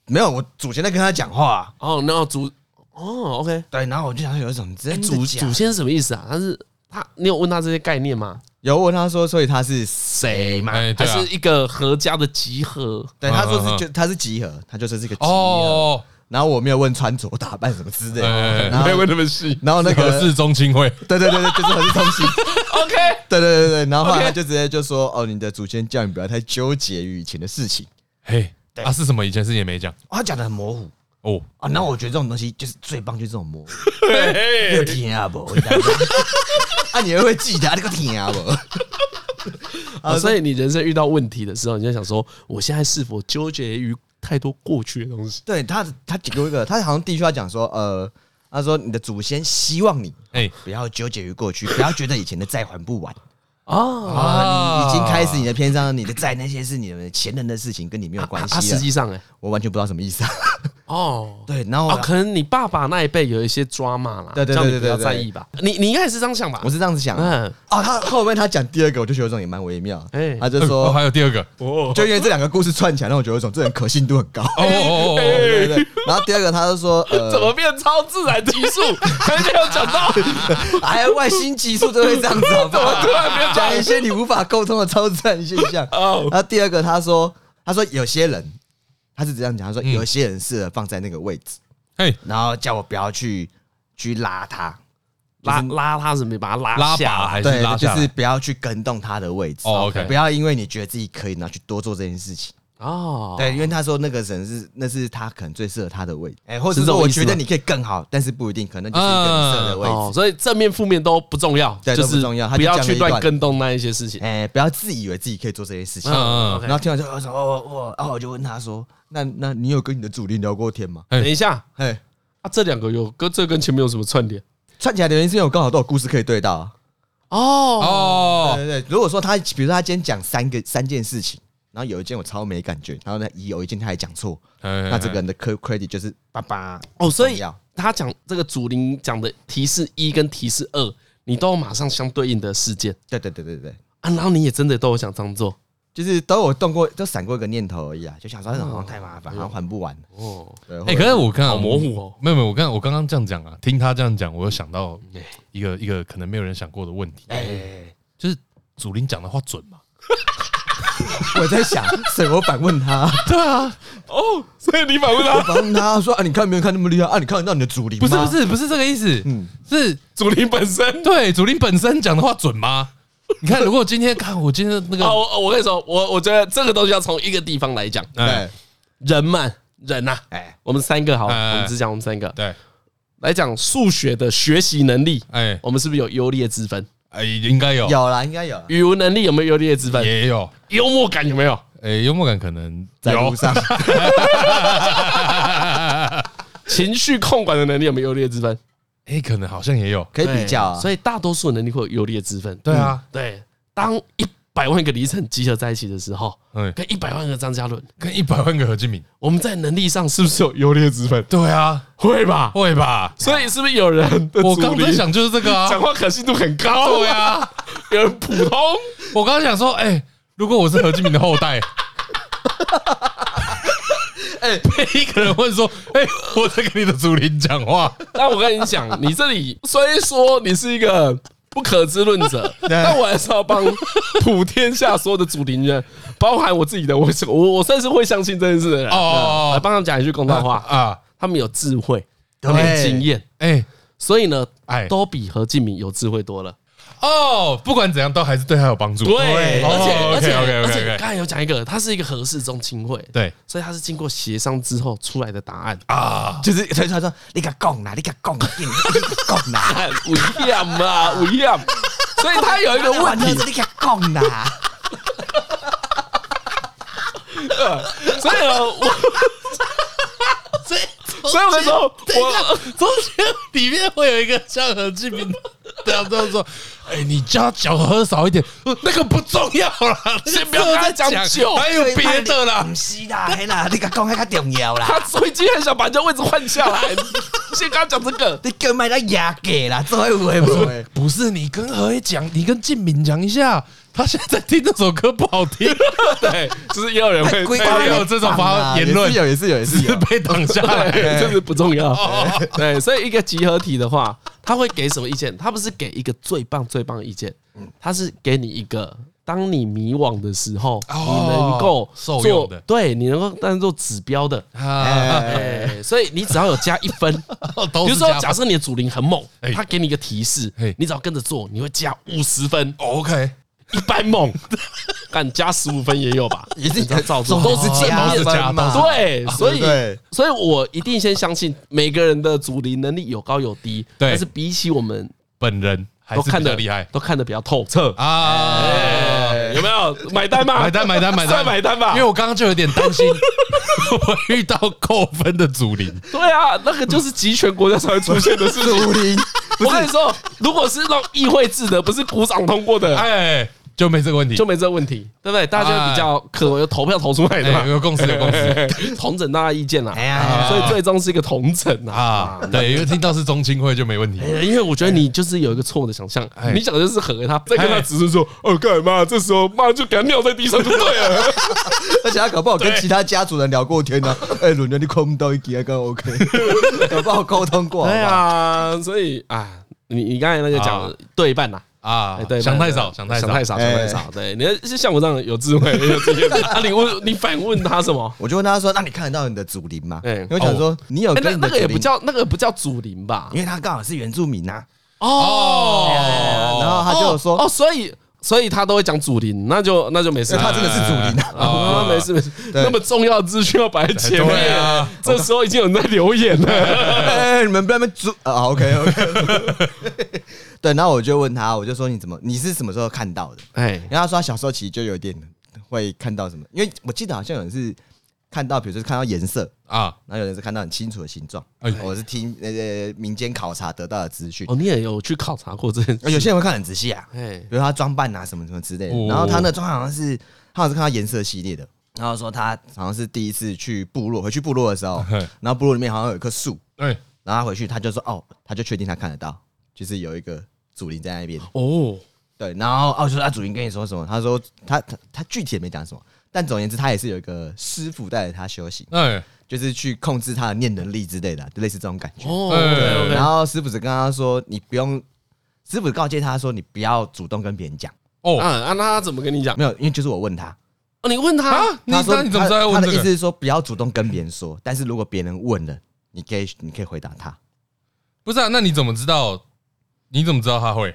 Speaker 3: 没有，我祖先在跟他讲话。
Speaker 1: 哦。哦，那祖哦，OK，
Speaker 3: 对，然后我就想有一种真的
Speaker 1: 祖
Speaker 3: 假的
Speaker 1: 祖先是什么意思啊？他是他，你有问他这些概念吗？
Speaker 3: 有问他说，所以他是谁嘛？
Speaker 2: 哎，
Speaker 1: 还
Speaker 2: 对啊
Speaker 1: 是，一个合家的集合？
Speaker 3: 对，他说
Speaker 2: 嗯嗯嗯
Speaker 3: 是就他是集合，他就是这个集合。
Speaker 2: 哦，
Speaker 3: 然后我没有问穿着打扮什么之类的，
Speaker 2: 哎
Speaker 3: 然
Speaker 1: 没有
Speaker 3: 后
Speaker 1: 问那么细。
Speaker 3: 啊然后那
Speaker 2: 何
Speaker 3: 个
Speaker 2: 氏宗亲会，
Speaker 3: 对对对对，就是很是东西。
Speaker 1: OK，
Speaker 3: 对对对对，然后后来
Speaker 1: OK
Speaker 3: 他就直接就说：“哦，你的祖先叫你不要太纠结于以前的事情。
Speaker 2: 嘿，
Speaker 3: 对
Speaker 2: 啊，是什么？以前事情也没讲
Speaker 3: 哦”他讲的很模糊
Speaker 2: 哦，
Speaker 3: 啊，那我觉得这种东西就是最棒，就是这 种模糊。
Speaker 1: 对
Speaker 3: 有听啊不？我跟你讲 啊，你会不会记得啊？那个听啊不？
Speaker 1: 啊，所以你人生遇到问题的时候，你就想说，我现在是否纠结于太多过去的东西？
Speaker 3: 对他，他给过一个，他好像第一句话讲说：“呃，他说你的祖先希望你
Speaker 2: 哎，
Speaker 3: 不要纠结于过去，不要觉得以前的债还 不完。”
Speaker 1: 哦，
Speaker 3: 啊，
Speaker 2: 啊
Speaker 3: 你已经开始你的篇章，你的债那些是你们前人的事情，跟你没有关
Speaker 1: 啊，
Speaker 3: 系
Speaker 1: 实
Speaker 3: 啊。
Speaker 1: 际上哎、
Speaker 3: 我完全不知道什么意思啊。
Speaker 1: 哦，
Speaker 3: 对，然后
Speaker 1: 哦，
Speaker 3: 我
Speaker 1: 可能你爸爸那一辈有一些抓马啦，
Speaker 3: 对对对
Speaker 1: 叫你不
Speaker 3: 对
Speaker 1: 要
Speaker 3: 对
Speaker 1: 在意吧。你你应该也是这样想吧？
Speaker 3: 我是这样子想的。
Speaker 1: 嗯，
Speaker 3: 哦，他后面他讲第二个，我就觉得有种也蛮微妙。
Speaker 1: 哎
Speaker 3: 哎，他就
Speaker 2: 哦
Speaker 3: 说
Speaker 2: 还，有第二个，
Speaker 1: 哦，
Speaker 3: 就因为这两个故事串起来，让我觉得有种这人可信度很高。
Speaker 2: 哦哦哦哦，
Speaker 3: 对对对。然后第二个他就说，
Speaker 1: 怎
Speaker 3: 呃，
Speaker 1: 么变超自然级 数？而且有讲 到，
Speaker 3: 哎呀，外星激素都会这样子，好不 好？讲一些你无法沟通的超自然现 象。
Speaker 1: 哦
Speaker 3: 然后第二个他说，他说有些人，他是这样讲，他说有些人适合放在那个位置，
Speaker 2: 嘿，
Speaker 3: 然后叫我不要去去拉他，
Speaker 1: 拉拉他是没把他
Speaker 2: 拉
Speaker 1: 拉下
Speaker 2: 拔
Speaker 1: 来，
Speaker 2: 还是
Speaker 3: 对
Speaker 2: 拉，
Speaker 3: 就
Speaker 2: 下来
Speaker 3: 是不要去跟动他的位置。
Speaker 2: 哦，OK
Speaker 3: 不要因为你觉得自己可以，然后去多做这件事情。
Speaker 1: 哦，
Speaker 3: 对，因为他说那个人是那是他可能最适合他的位置，哎，或
Speaker 1: 是
Speaker 3: 者
Speaker 1: 这
Speaker 3: 说
Speaker 1: 种
Speaker 3: 我
Speaker 1: 意思
Speaker 3: 觉得
Speaker 1: 吗
Speaker 3: 你可以更好，但是不一定，可能就是一个你适合的位
Speaker 1: 哦，
Speaker 3: 置。
Speaker 1: 所以正面负面都不重要，
Speaker 3: 对
Speaker 1: 就
Speaker 3: 都
Speaker 1: 是
Speaker 3: 不重要他就
Speaker 1: 不要
Speaker 3: 讲
Speaker 1: 去
Speaker 3: 了一段
Speaker 1: 乱跟动那一些事情。
Speaker 3: 哎，不要自以为自己可以做这些事情。
Speaker 2: 嗯
Speaker 1: ，OK
Speaker 3: 然后听完之后，我说哦我我，然后我就问他说，那那你有跟你的主力聊过天吗？
Speaker 1: 等一下，
Speaker 3: 哎，
Speaker 1: 啊，这两个有跟这跟前面有什么串联？
Speaker 3: 串起来的原因是因为我刚好都有故事可以对到啊。
Speaker 1: 哦，
Speaker 2: 哦，
Speaker 3: 对对对，如果说他，比如说他今天讲三个三件事情，然后有一件我超没感觉，然后呢有一件他还讲错，
Speaker 2: 那
Speaker 3: 那这个人的 cre- credit 就是爸爸
Speaker 1: 哦，所以
Speaker 3: 重要
Speaker 1: 他讲这个主灵讲的提示一跟提示二，你都有马上相对应的事件
Speaker 3: 对对对对对，
Speaker 1: 啊，然后你也真的都有想这样做，
Speaker 3: 就是都有动过，都闪过一个念头而已啊，就想说那种好像太麻烦，好像还不完。
Speaker 1: 哦，
Speaker 3: 对，
Speaker 2: 哦哎、
Speaker 3: 或
Speaker 2: 可
Speaker 3: 者
Speaker 2: 是我刚刚
Speaker 1: 好模糊哦，
Speaker 2: 没有没有，我刚我刚刚这样讲啊，听他这样讲，我又想到一个一个可能没有人想过的问题，
Speaker 1: 哎，
Speaker 2: 就是祖林讲的话准吗？
Speaker 3: 我 在想，所以我反问他，
Speaker 2: 对啊，
Speaker 1: 哦，所以你反问 他，
Speaker 3: 反问他说啊，你看没有看那么厉害啊？你看得到你的主力
Speaker 2: 不是不是不是这个意思，
Speaker 3: 嗯
Speaker 2: 是
Speaker 1: 主林本身。
Speaker 2: 对祖林本身讲的话准吗？ 你看，如果今天看我今天那
Speaker 1: 啊，
Speaker 2: 个，
Speaker 1: 我我跟你说，我我觉得这个东西要从一个地方来讲，
Speaker 2: 哎
Speaker 3: 对，
Speaker 1: 人嘛，人啊呐、
Speaker 3: 哎，
Speaker 1: 我们三个好了，
Speaker 2: 哎
Speaker 1: 我们只讲我们三个
Speaker 2: 对，
Speaker 1: 来讲数学的学习能力，
Speaker 2: 哎
Speaker 1: 我们是不是有优劣之分？
Speaker 2: 哎，应该有，
Speaker 3: 有啦，应该有啦，
Speaker 1: 语文能力有没有优劣之分？
Speaker 2: 也有，
Speaker 1: 幽默感有没有？
Speaker 2: 哎，幽默感可能
Speaker 3: 在 路上，
Speaker 1: 情绪控管的能力有没有优劣之分？
Speaker 2: 哎，可能好像也有，
Speaker 1: 嗯
Speaker 3: 可以比较啊。
Speaker 1: 所以大多数能力会有优劣之分。
Speaker 2: 对啊，
Speaker 1: 对，当一百万个里程集合在一起的时候，
Speaker 2: 嗯，
Speaker 1: 跟一百万个张嘉伦，
Speaker 2: 跟一百万个何敬敏，
Speaker 1: 我们在能力上是不是有优劣之分？
Speaker 2: 对啊，
Speaker 1: 会吧？
Speaker 2: 会吧？
Speaker 1: 所以是不是有人的
Speaker 2: 我
Speaker 1: 阻力
Speaker 2: 刚在想就是这个啊，
Speaker 1: 讲话可信度很高？
Speaker 2: 对啊，
Speaker 1: 有人普通，
Speaker 2: 我刚刚想说，哎，如果我是何敬敏的后 代，
Speaker 3: 哎，
Speaker 2: 被一个人问说，哎，我在跟你的祖林讲 话，
Speaker 1: 但我跟你讲，你这里虽说你是一个不可知论 者，但我还是要帮普天下所有的主灵人，包含我自己的，我我我算是会相信这件事的人，
Speaker 2: 哦
Speaker 1: 来帮他们讲一句公道话，
Speaker 2: 啊，
Speaker 1: 他们有智慧，他们有
Speaker 3: 对
Speaker 1: 经验，
Speaker 2: 哎。
Speaker 1: 所以呢
Speaker 2: 哎，
Speaker 1: 都比何敬明有智慧多了。
Speaker 2: 哦，不管怎样，都还是对他有帮助。
Speaker 1: 对，而且
Speaker 2: 哦
Speaker 1: 而且而
Speaker 2: OK，OK，OK，OK
Speaker 1: 且，刚才有讲一个，他是一个合适中亲会，
Speaker 2: 对
Speaker 1: 所以他是经过协商之后出来的答案。
Speaker 2: 啊，
Speaker 3: 哎就是所以他说你敢讲啦，你敢讲啦，你敢 讲啦。
Speaker 1: 不一样嘛，不一样。所以他有一个问题，
Speaker 3: 你敢讲啦？
Speaker 1: 所以呢我
Speaker 2: 所以
Speaker 1: 所以我跟你说，我
Speaker 2: 中间里面会有一个像何志明 这样这样啊说，哎，你叫他酒喝少一点，呃那个不重要 啦，
Speaker 1: 先不要跟他讲酒
Speaker 2: 还有别的啦
Speaker 3: 不。是啦，嘿啦，你敢讲还较重要啦。
Speaker 1: 他最近很想把人家位置换下来，先跟他讲这个。
Speaker 3: 你叫卖到压给啦，做有诶无 诶？
Speaker 2: 不是你跟何一讲，你跟静敏讲一下，他现在听这首歌不好听，
Speaker 1: 对，就是也有人会，
Speaker 3: 规
Speaker 1: 对
Speaker 2: 定
Speaker 3: 定
Speaker 2: 有这种
Speaker 1: 啊
Speaker 2: 发言论
Speaker 3: 也是有也 是有也是
Speaker 2: 是
Speaker 3: 有。
Speaker 2: 被挡 下来。
Speaker 1: 这是不重要。对，所以一个集合体的话，他会给什么意见？他不是给一个最棒最棒的意见，他是给你一个。当你迷惘的时候，你能够
Speaker 2: 受
Speaker 1: 做
Speaker 2: 用的
Speaker 1: 对你能够当做指标的，
Speaker 2: 啊，
Speaker 1: 哎，所以你只要有加一分，
Speaker 2: 都
Speaker 1: 比
Speaker 2: 是
Speaker 1: 如说
Speaker 2: 加，
Speaker 1: 假设你的主灵很猛
Speaker 2: 哎，
Speaker 1: 他给你一个提示
Speaker 2: 嘿，
Speaker 1: 你只要跟着做，你会加五十分，
Speaker 2: 哦 OK，
Speaker 1: 一般 猛，但加十五分也有吧？
Speaker 3: 也是
Speaker 1: 照做
Speaker 3: 都是加
Speaker 2: 都是加
Speaker 3: 分嘛，
Speaker 1: 对，
Speaker 2: 啊
Speaker 1: 所以
Speaker 3: 对不对
Speaker 1: 所以我一定先相信每个人的主灵能力有高有低，
Speaker 2: 对
Speaker 1: 但是比起我们
Speaker 2: 本人还
Speaker 1: 都
Speaker 2: 是
Speaker 1: 看
Speaker 2: 比较
Speaker 1: 得
Speaker 2: 厉害
Speaker 1: 都看得比较透彻，
Speaker 2: 啊。
Speaker 1: 哎有没有买单嘛？
Speaker 2: 买单，买单，买单，
Speaker 1: 算买单吧
Speaker 2: 因为我刚刚就有点担心，我遇到扣分的祖林，
Speaker 1: 对啊，那个就是集权国家才会出现的事情。
Speaker 3: 竹林
Speaker 1: 我跟你说，如果是那种议会制的，不是鼓掌通过的，
Speaker 2: 哎，就没这个问题，
Speaker 1: 就没这个问题，哎对不对？大家就比较可能有投票投出来的
Speaker 2: 哎
Speaker 1: 嘛，
Speaker 2: 有共识，有共识
Speaker 1: 同整大家意见啦啊
Speaker 3: 哎，呀，
Speaker 1: 所以最终是一个同整啊。哎
Speaker 2: 啊。对，因为听到是中青会就没问题。
Speaker 1: 因为我觉得你就是有一个错的想象
Speaker 2: 哎，
Speaker 1: 你想的就是和他，再跟他
Speaker 2: 哎
Speaker 1: 只是说，哦，干嘛？这时候妈就给他尿在地上就 对啊了。
Speaker 3: 而且他搞不好跟其他家族人聊过天呢。哎，伦伦，你扣不到一级，刚 OK，搞不好沟通过。好
Speaker 1: 对
Speaker 3: 不好，
Speaker 1: 啊，所以啊，你你刚才那个讲
Speaker 2: 啊
Speaker 1: 对半啦，
Speaker 2: 啊
Speaker 1: 哎，对，
Speaker 2: 想太
Speaker 1: 对
Speaker 2: 少，想太
Speaker 1: 想太
Speaker 2: 少。
Speaker 1: 少，
Speaker 3: 哎
Speaker 1: 想太少。对，你是像我这样有智慧、有经 验的啊，你问你反问他什么？
Speaker 3: 我就问他说：“那你看得到你的祖灵吗？”
Speaker 1: 哎
Speaker 3: 我想说你有
Speaker 1: 哎那
Speaker 3: 跟你
Speaker 1: 那
Speaker 3: 的
Speaker 1: 个也
Speaker 3: 祖
Speaker 1: 不
Speaker 3: 灵，
Speaker 1: 叫那个不叫祖灵吧？
Speaker 3: 因为他刚好是原住民呐。
Speaker 1: 哦，
Speaker 3: 然后他就有说哎
Speaker 1: 哦，哦所以所以他都会讲祖灵，那就那就没事，
Speaker 3: 他真的是祖灵啊。
Speaker 1: 啊，没事没事，
Speaker 3: 对
Speaker 1: 那么重要的资讯要摆在前
Speaker 2: 对
Speaker 1: 面
Speaker 2: 啊，
Speaker 1: 这时候已经有人在留言了。
Speaker 3: 哎，你们不要那边煮啊，OK OK。对， 然后我就问他，我就说你怎么，你是什么时候看到的？
Speaker 1: 哎
Speaker 3: 然后他说他小时候其实就有点会看到什么，因为我记得好像有人是看到，比如说看到颜色，
Speaker 2: 啊，
Speaker 3: 然后有人是看到很清楚的形状。
Speaker 2: 哎
Speaker 3: 我是听那个民间考察得到的资讯，
Speaker 1: 哦，你也有去考察过这件
Speaker 3: 呃有
Speaker 1: 事？
Speaker 3: 些人会看很仔细啊，
Speaker 1: 哎
Speaker 3: 比如他装扮啊什么什么之类
Speaker 2: 哦
Speaker 3: 的。然后他那装好像是，他好像是看到颜色系列的。然后说他好像是第一次去部落，回去部落的时候
Speaker 2: 嘿，
Speaker 3: 然后部落里面好像有一棵树，
Speaker 2: 对，
Speaker 3: 然后他回去他就说哦，他就确定他看得到，就是有一个祖灵在那边。
Speaker 1: 哦，
Speaker 3: 对，然后哦，我就说啊，主云跟你说什么？他说他他他具体也没讲什么，但总而言之，他也是有一个师傅带着他修行，
Speaker 2: 哎，
Speaker 3: 就是去控制他的念能力之类的，就类似这种感觉。
Speaker 1: 哦
Speaker 2: 哎
Speaker 1: ，OK，OK，
Speaker 3: 然后师傅只跟他说，你不用，师傅告诫他说，你不要主动跟别人讲，
Speaker 1: 啊
Speaker 2: 哦
Speaker 1: 啊，那他怎么跟你讲？
Speaker 3: 没有，因为就是我问他，
Speaker 1: 哦，你问他，
Speaker 2: 啊，你
Speaker 3: 他说
Speaker 2: 那你怎么知道要
Speaker 3: 他
Speaker 2: 问
Speaker 3: 的
Speaker 2: 这
Speaker 3: 意思
Speaker 2: 个？
Speaker 3: 是说不要主动跟别人说，但是如果别人问了，你可以你可以回答他。
Speaker 2: 不是啊，那你怎么知道？你怎么知道他会？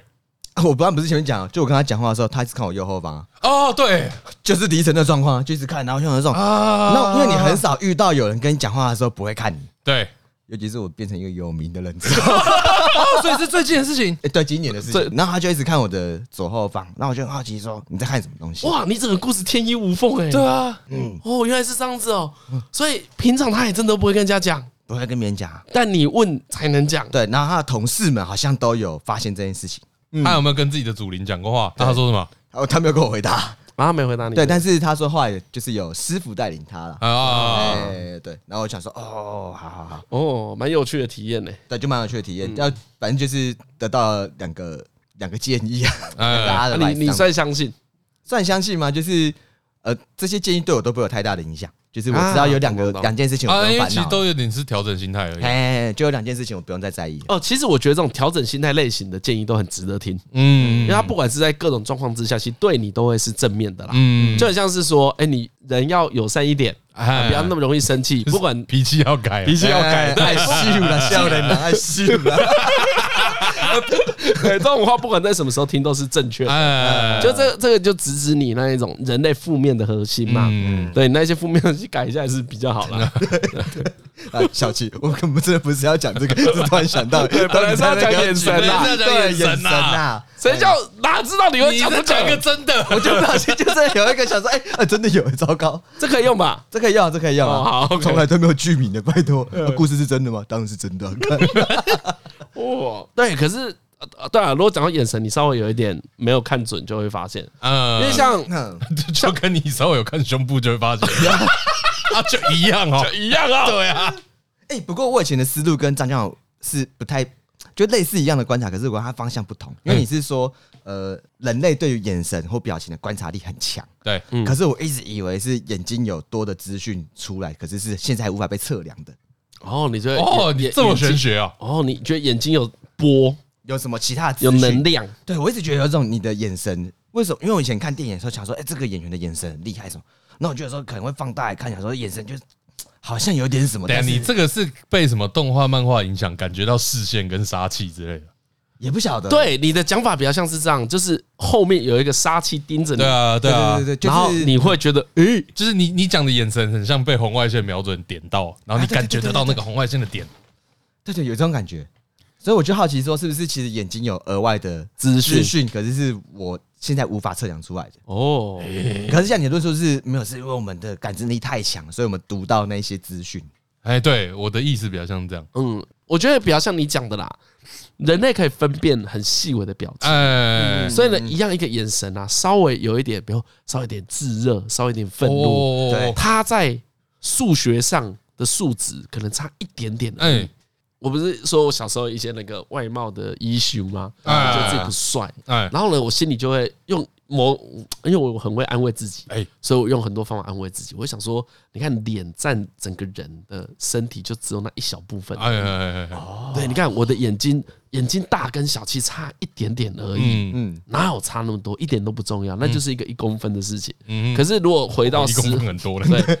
Speaker 3: 啊 我不然不是前面讲，就我跟他讲话的时候，他一直看我右后方啊，
Speaker 2: 哦，对
Speaker 3: 就是迪晨的状况，啊就一直看，然后就很种。
Speaker 2: 啊，
Speaker 3: 那因为你很少遇到有人跟你讲话的时候不会看你，
Speaker 2: 对，
Speaker 3: 尤其是我变成一个有名的人之后。
Speaker 2: 哦，所以是最近的事情。
Speaker 3: 欸，对，今年的事情
Speaker 1: 这。
Speaker 3: 然后他就一直看我的左后方，然后我就很好奇说你在看什么东西？ 嗯
Speaker 1: 哇，你整个故事天衣无缝哎。
Speaker 2: 对啊，
Speaker 1: 哦，原来是这样子哦。所以平常他也真的不会跟人家讲，
Speaker 3: 不会跟别人讲啊。
Speaker 1: 但你问才能讲。
Speaker 3: 对，然后他的同事们好像都有发现这件事情，
Speaker 2: 嗯他有没有跟自己的祖灵讲过话？那他说什么？
Speaker 3: 哦，他没有跟我回答。
Speaker 1: 然后他没回答你。
Speaker 3: 对，但是他说后来就是有师傅带领他了。
Speaker 2: 啊，
Speaker 3: 哎，对，然后我想说，哦，好好好，
Speaker 1: 哦，蛮有趣的体验呢。
Speaker 3: 对，就蛮有趣的体验。要反正就是得到了两个两个建议啊，
Speaker 2: 哎
Speaker 3: 大家
Speaker 1: 啊
Speaker 3: 的
Speaker 1: 你你
Speaker 3: advice
Speaker 1: 算相信？
Speaker 3: 算相信吗？就是呃，这些建议对我都不会有太大的影响，就是我知道有两
Speaker 1: 啊
Speaker 3: 个
Speaker 1: 懂懂
Speaker 3: 两件事情我
Speaker 2: 啊，
Speaker 3: 不
Speaker 2: 因
Speaker 3: 用
Speaker 2: 为其实
Speaker 3: 烦恼，
Speaker 2: 都有点是调整心态而已。
Speaker 3: 哎，就有两件事情我不用再在意了。
Speaker 1: 哦，其实我觉得这种调整心态类型的建议都很值得听，
Speaker 2: 嗯
Speaker 1: 因为他不管是在各种状况之下，其实对你都会是正面的啦。
Speaker 2: 嗯
Speaker 1: 就很像是说，哎，你人要友善一点，啊
Speaker 2: 哎
Speaker 1: 不要那么容易生 气。不管
Speaker 2: 脾气要改啊，
Speaker 1: 脾气要改，对
Speaker 3: 爱，秀了，笑人了，爱秀了。
Speaker 1: 对这种话不管在什么时候听都是正确的。
Speaker 2: 哎，
Speaker 1: 就这这个就直指你那一种人类负面的核心嘛。
Speaker 2: 嗯
Speaker 1: 对，那些负面的去改一下也是比较好 啦。
Speaker 3: 哎，小七，我根本真的不是要讲这个，是突然想到，
Speaker 1: 本来是要讲眼神
Speaker 2: 啊
Speaker 3: 对对
Speaker 2: 本来是要讲眼
Speaker 3: 眼神
Speaker 2: 神啊
Speaker 3: 啊，
Speaker 1: 谁叫哪知道你会
Speaker 2: 你
Speaker 1: 讲
Speaker 2: 再
Speaker 1: 不讲
Speaker 2: 讲一
Speaker 1: 一
Speaker 2: 个
Speaker 1: 个？
Speaker 2: 真的，
Speaker 3: 我就不小心就是有一个想说，哎，啊真的有，糟糕，
Speaker 1: 这可以用吧？
Speaker 3: 这可以要，这可以要
Speaker 1: 哦好
Speaker 3: 啊，
Speaker 1: ，OK
Speaker 3: 从来都没有剧名的，拜托，啊故事是真的吗？当然是真的 啊，看
Speaker 1: 哦，对，可是呃呃对啊，如果讲到眼神，你稍微有一点没有看准，就会发现，因
Speaker 2: 嗯
Speaker 1: 为像
Speaker 3: 嗯
Speaker 2: 就跟你稍微有看胸部就会发现， 啊，就一样哦，
Speaker 1: 一样啊，
Speaker 2: 对啊，
Speaker 3: 哎，不过我以前的思路跟张江是不太。就类似一样的观察，可是我它方向不同，因为你是说，呃，人类对于眼神或表情的观察力很强，
Speaker 2: 对，
Speaker 1: 嗯
Speaker 3: 可是我一直以为是眼睛有多的资讯出来，可是是现在还无法被测量的。
Speaker 1: 哦，你觉得
Speaker 2: 哦，
Speaker 1: 眼
Speaker 2: 你
Speaker 1: 眼
Speaker 2: 这么
Speaker 1: 眼睛
Speaker 2: 玄学啊，
Speaker 1: 哦，你觉得眼睛有波，
Speaker 3: 有什么其他的资
Speaker 1: 有
Speaker 3: 讯
Speaker 1: 能？量，
Speaker 3: 对我一直觉得有一种你的眼神，为什么？因为我以前看电影的时候想说，哎、这个演员的眼神很厉害什么，那我就有时候可能会放大来看，想说眼神就是好像有点什么，
Speaker 2: 等一
Speaker 3: 但
Speaker 2: 下
Speaker 3: 是
Speaker 2: 你这个是被什么动画、漫画影响，感觉到视线跟杀气之类的，
Speaker 3: 也不晓得。
Speaker 1: 对你的讲法比较像是这样，就是后面有一个杀气盯着你
Speaker 2: 对，啊，
Speaker 3: 对
Speaker 2: 啊
Speaker 3: 对，对对，
Speaker 1: 然后
Speaker 3: 就是
Speaker 1: 你会觉得，诶，
Speaker 2: 就是你你讲的眼神很像被红外线瞄准点到，然后你感觉得到那个红外线的点，
Speaker 3: 对对有这种感觉，所以我就好奇说，是不是其实眼睛有额外的
Speaker 1: 资讯
Speaker 3: 资讯，可是是我现在无法测量出来的。
Speaker 1: 哦，
Speaker 3: 可是像你的论述是没有，是因为我们的感知力太强，所以我们读到那些资讯。
Speaker 2: 哎，对，我的意思比较像这样，
Speaker 1: 嗯，我觉得比较像你讲的啦，人类可以分辨很细微的表情。
Speaker 2: 哎，
Speaker 1: 所以呢，一样一个眼神啊，稍微有一点，比如稍微有点炙热，稍微有点愤怒，
Speaker 2: 哦
Speaker 3: 对
Speaker 1: 他在数学上的数值可能差一点点而已。
Speaker 2: 哎
Speaker 1: 我不是说我小时候一些那个外貌的 issue 吗？我
Speaker 2: 哎
Speaker 1: 觉得自己不帅，
Speaker 2: 哎
Speaker 1: 然后呢，我心里就会用某，因为我很会安慰自己，
Speaker 2: 哎，
Speaker 1: 所以我用很多方法安慰自己。我会想说，你看脸占整个人的身体就只有那一小部分，
Speaker 2: 哎哎哎哎，
Speaker 1: 对，你看我的眼睛，眼睛大跟小其实差一点点而已，
Speaker 2: 嗯
Speaker 3: 嗯，
Speaker 1: 哪有差那么多？一点都不重要，那就是一个一公分的事情。
Speaker 2: 嗯，
Speaker 1: 可是如果回到
Speaker 2: 一
Speaker 1: 实，
Speaker 2: 公分很多啊了，
Speaker 1: 对，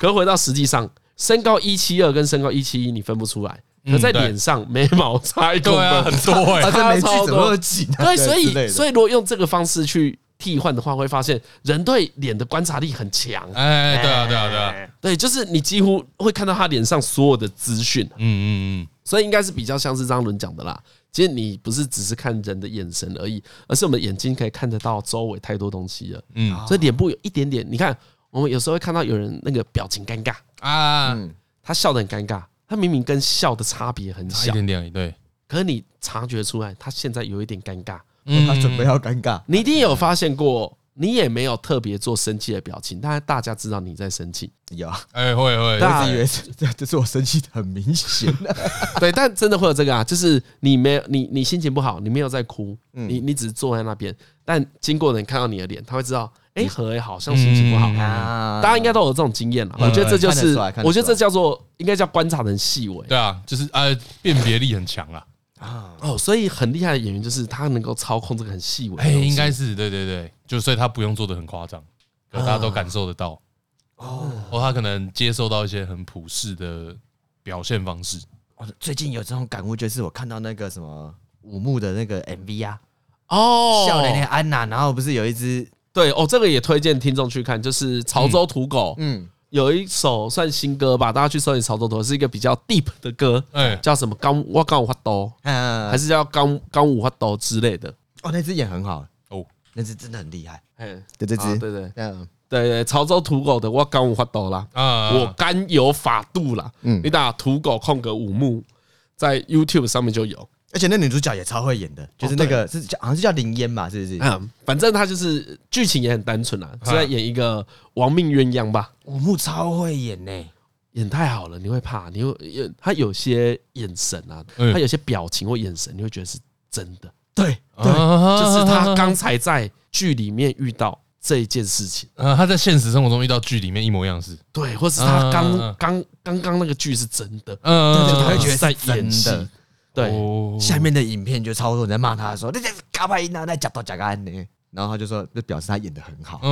Speaker 1: 可是回到实际上，身高一七二跟身高一七一你分不出来，可在
Speaker 2: 嗯对
Speaker 1: 脸上眉毛差一公
Speaker 2: 对啊，很
Speaker 1: 分，
Speaker 2: 多哎
Speaker 3: 啊，，这
Speaker 1: 差
Speaker 3: 没剧
Speaker 1: 超
Speaker 3: 怎么
Speaker 1: 多
Speaker 3: 会记呢？
Speaker 1: 对，所
Speaker 3: 之类
Speaker 1: 以
Speaker 3: 的
Speaker 1: 所以如果用这个方式去替换的话，会发现人对脸的观察力很强。
Speaker 2: 哎，对啊，对啊，对啊，
Speaker 1: 对，就是你几乎会看到他脸上所有的资讯，
Speaker 2: 嗯嗯
Speaker 1: 所以应该是比较像是张伦讲的啦。其实你不是只是看人的眼神而已，而是我们眼睛可以看得到周围太多东西了。
Speaker 2: 嗯
Speaker 1: 所以脸部有一点点，你看我们有时候会看到有人那个表情尴尬，
Speaker 2: 嗯啊，
Speaker 3: 嗯，
Speaker 1: 他笑得很尴尬，他明明跟笑的差别很
Speaker 2: 差一
Speaker 1: 小，
Speaker 2: 点点而已，对，
Speaker 1: 可是你察觉出来他现在有一点尴尬，
Speaker 3: 他准备要尴尬。
Speaker 1: 你一定有发现过你也没有特别做生气的表情，但是大家知道你在生气。
Speaker 3: 有，啊
Speaker 2: 哎，会会，
Speaker 1: 大
Speaker 3: 我一直以为是 这这是我生气的很 明显的，
Speaker 1: 对，但真的会有这个啊，就是你没有你你心情不好，你没有在哭，你你只是坐在那边，但经过的人看到你的脸，他会知道，哎、何哎好像心情不好。
Speaker 2: 嗯
Speaker 3: 啊
Speaker 1: 大家应该都有这种经验了，我觉得这就
Speaker 3: 看得
Speaker 1: 是
Speaker 3: 出来看得出来，
Speaker 1: 我觉得这叫做应该叫观察人细微
Speaker 2: 对啊，就是呃，辨别力很强啊，
Speaker 1: 哦，所以很厉害的演员就是他能够操控这个很细微的
Speaker 2: 哎，
Speaker 1: 东西。
Speaker 2: 应该是对对对，就所以他不用做的很夸张，可大家都感受得到。哦，或他可能接受到一些很普世的表现方式，
Speaker 3: 我哦最近有这种感悟，就是我看到那个什么五木的那个 MV 啊，
Speaker 1: 哦，
Speaker 3: 笑脸那个安娜，然后不是有一只
Speaker 1: 对哦，这个也推荐听众去看，就是潮州土狗，
Speaker 3: 嗯
Speaker 1: 有一首算新歌吧，大家去搜一潮州土狗，是一个比较 deep 的歌，
Speaker 2: 哎，
Speaker 1: 叫什么刚我刚五花兜，
Speaker 3: 呃
Speaker 1: 还是叫刚刚五花兜之类的。
Speaker 3: 哦那只演很好
Speaker 2: 哦
Speaker 3: 哦，那只真的很厉害，
Speaker 1: 嘿
Speaker 3: 对这
Speaker 1: 啊
Speaker 3: 只
Speaker 1: 对对
Speaker 3: 嗯
Speaker 1: 对对，潮州土狗的我刚五花兜啦，
Speaker 2: 啊，
Speaker 1: 我甘有法度啦。
Speaker 3: 嗯
Speaker 1: 你打土狗空格五木，在 YouTube 上面就有。
Speaker 3: 而且那女主角也超会演的，就是那个是叫好像是叫林嫣嘛，是不是？
Speaker 1: 哦嗯，反正他就是剧情也很单纯啦，
Speaker 2: 啊
Speaker 1: 是在演一个亡命鸳鸯吧。
Speaker 3: 五木超会演呢，
Speaker 1: 演太好了，你会怕，你会他有些眼神啊，
Speaker 2: 嗯
Speaker 1: 他有些表情或眼神，你会觉得是真的，
Speaker 3: 对
Speaker 1: 哦
Speaker 2: 对，
Speaker 1: 就是他
Speaker 2: 刚
Speaker 1: 刚才在剧里面遇到这一件事情，
Speaker 2: 呃，他在现实生活中遇到剧里面一模一样的事，
Speaker 1: 对，或是他
Speaker 2: 嗯嗯
Speaker 1: 刚
Speaker 2: 嗯
Speaker 1: 刚刚刚那个剧是真的，
Speaker 2: 嗯，
Speaker 1: 就
Speaker 3: 对
Speaker 1: 他
Speaker 3: 他会
Speaker 1: 就
Speaker 3: 觉
Speaker 1: 是
Speaker 3: 得
Speaker 1: 在
Speaker 3: 是
Speaker 1: 演戏
Speaker 3: 真的，
Speaker 1: 对，
Speaker 2: 哦
Speaker 3: 下面的影片就超多人在骂他说：“你这嘎巴音啊，那假到假干呢。”然后他就说：“这表示他演的很好。
Speaker 2: 嗯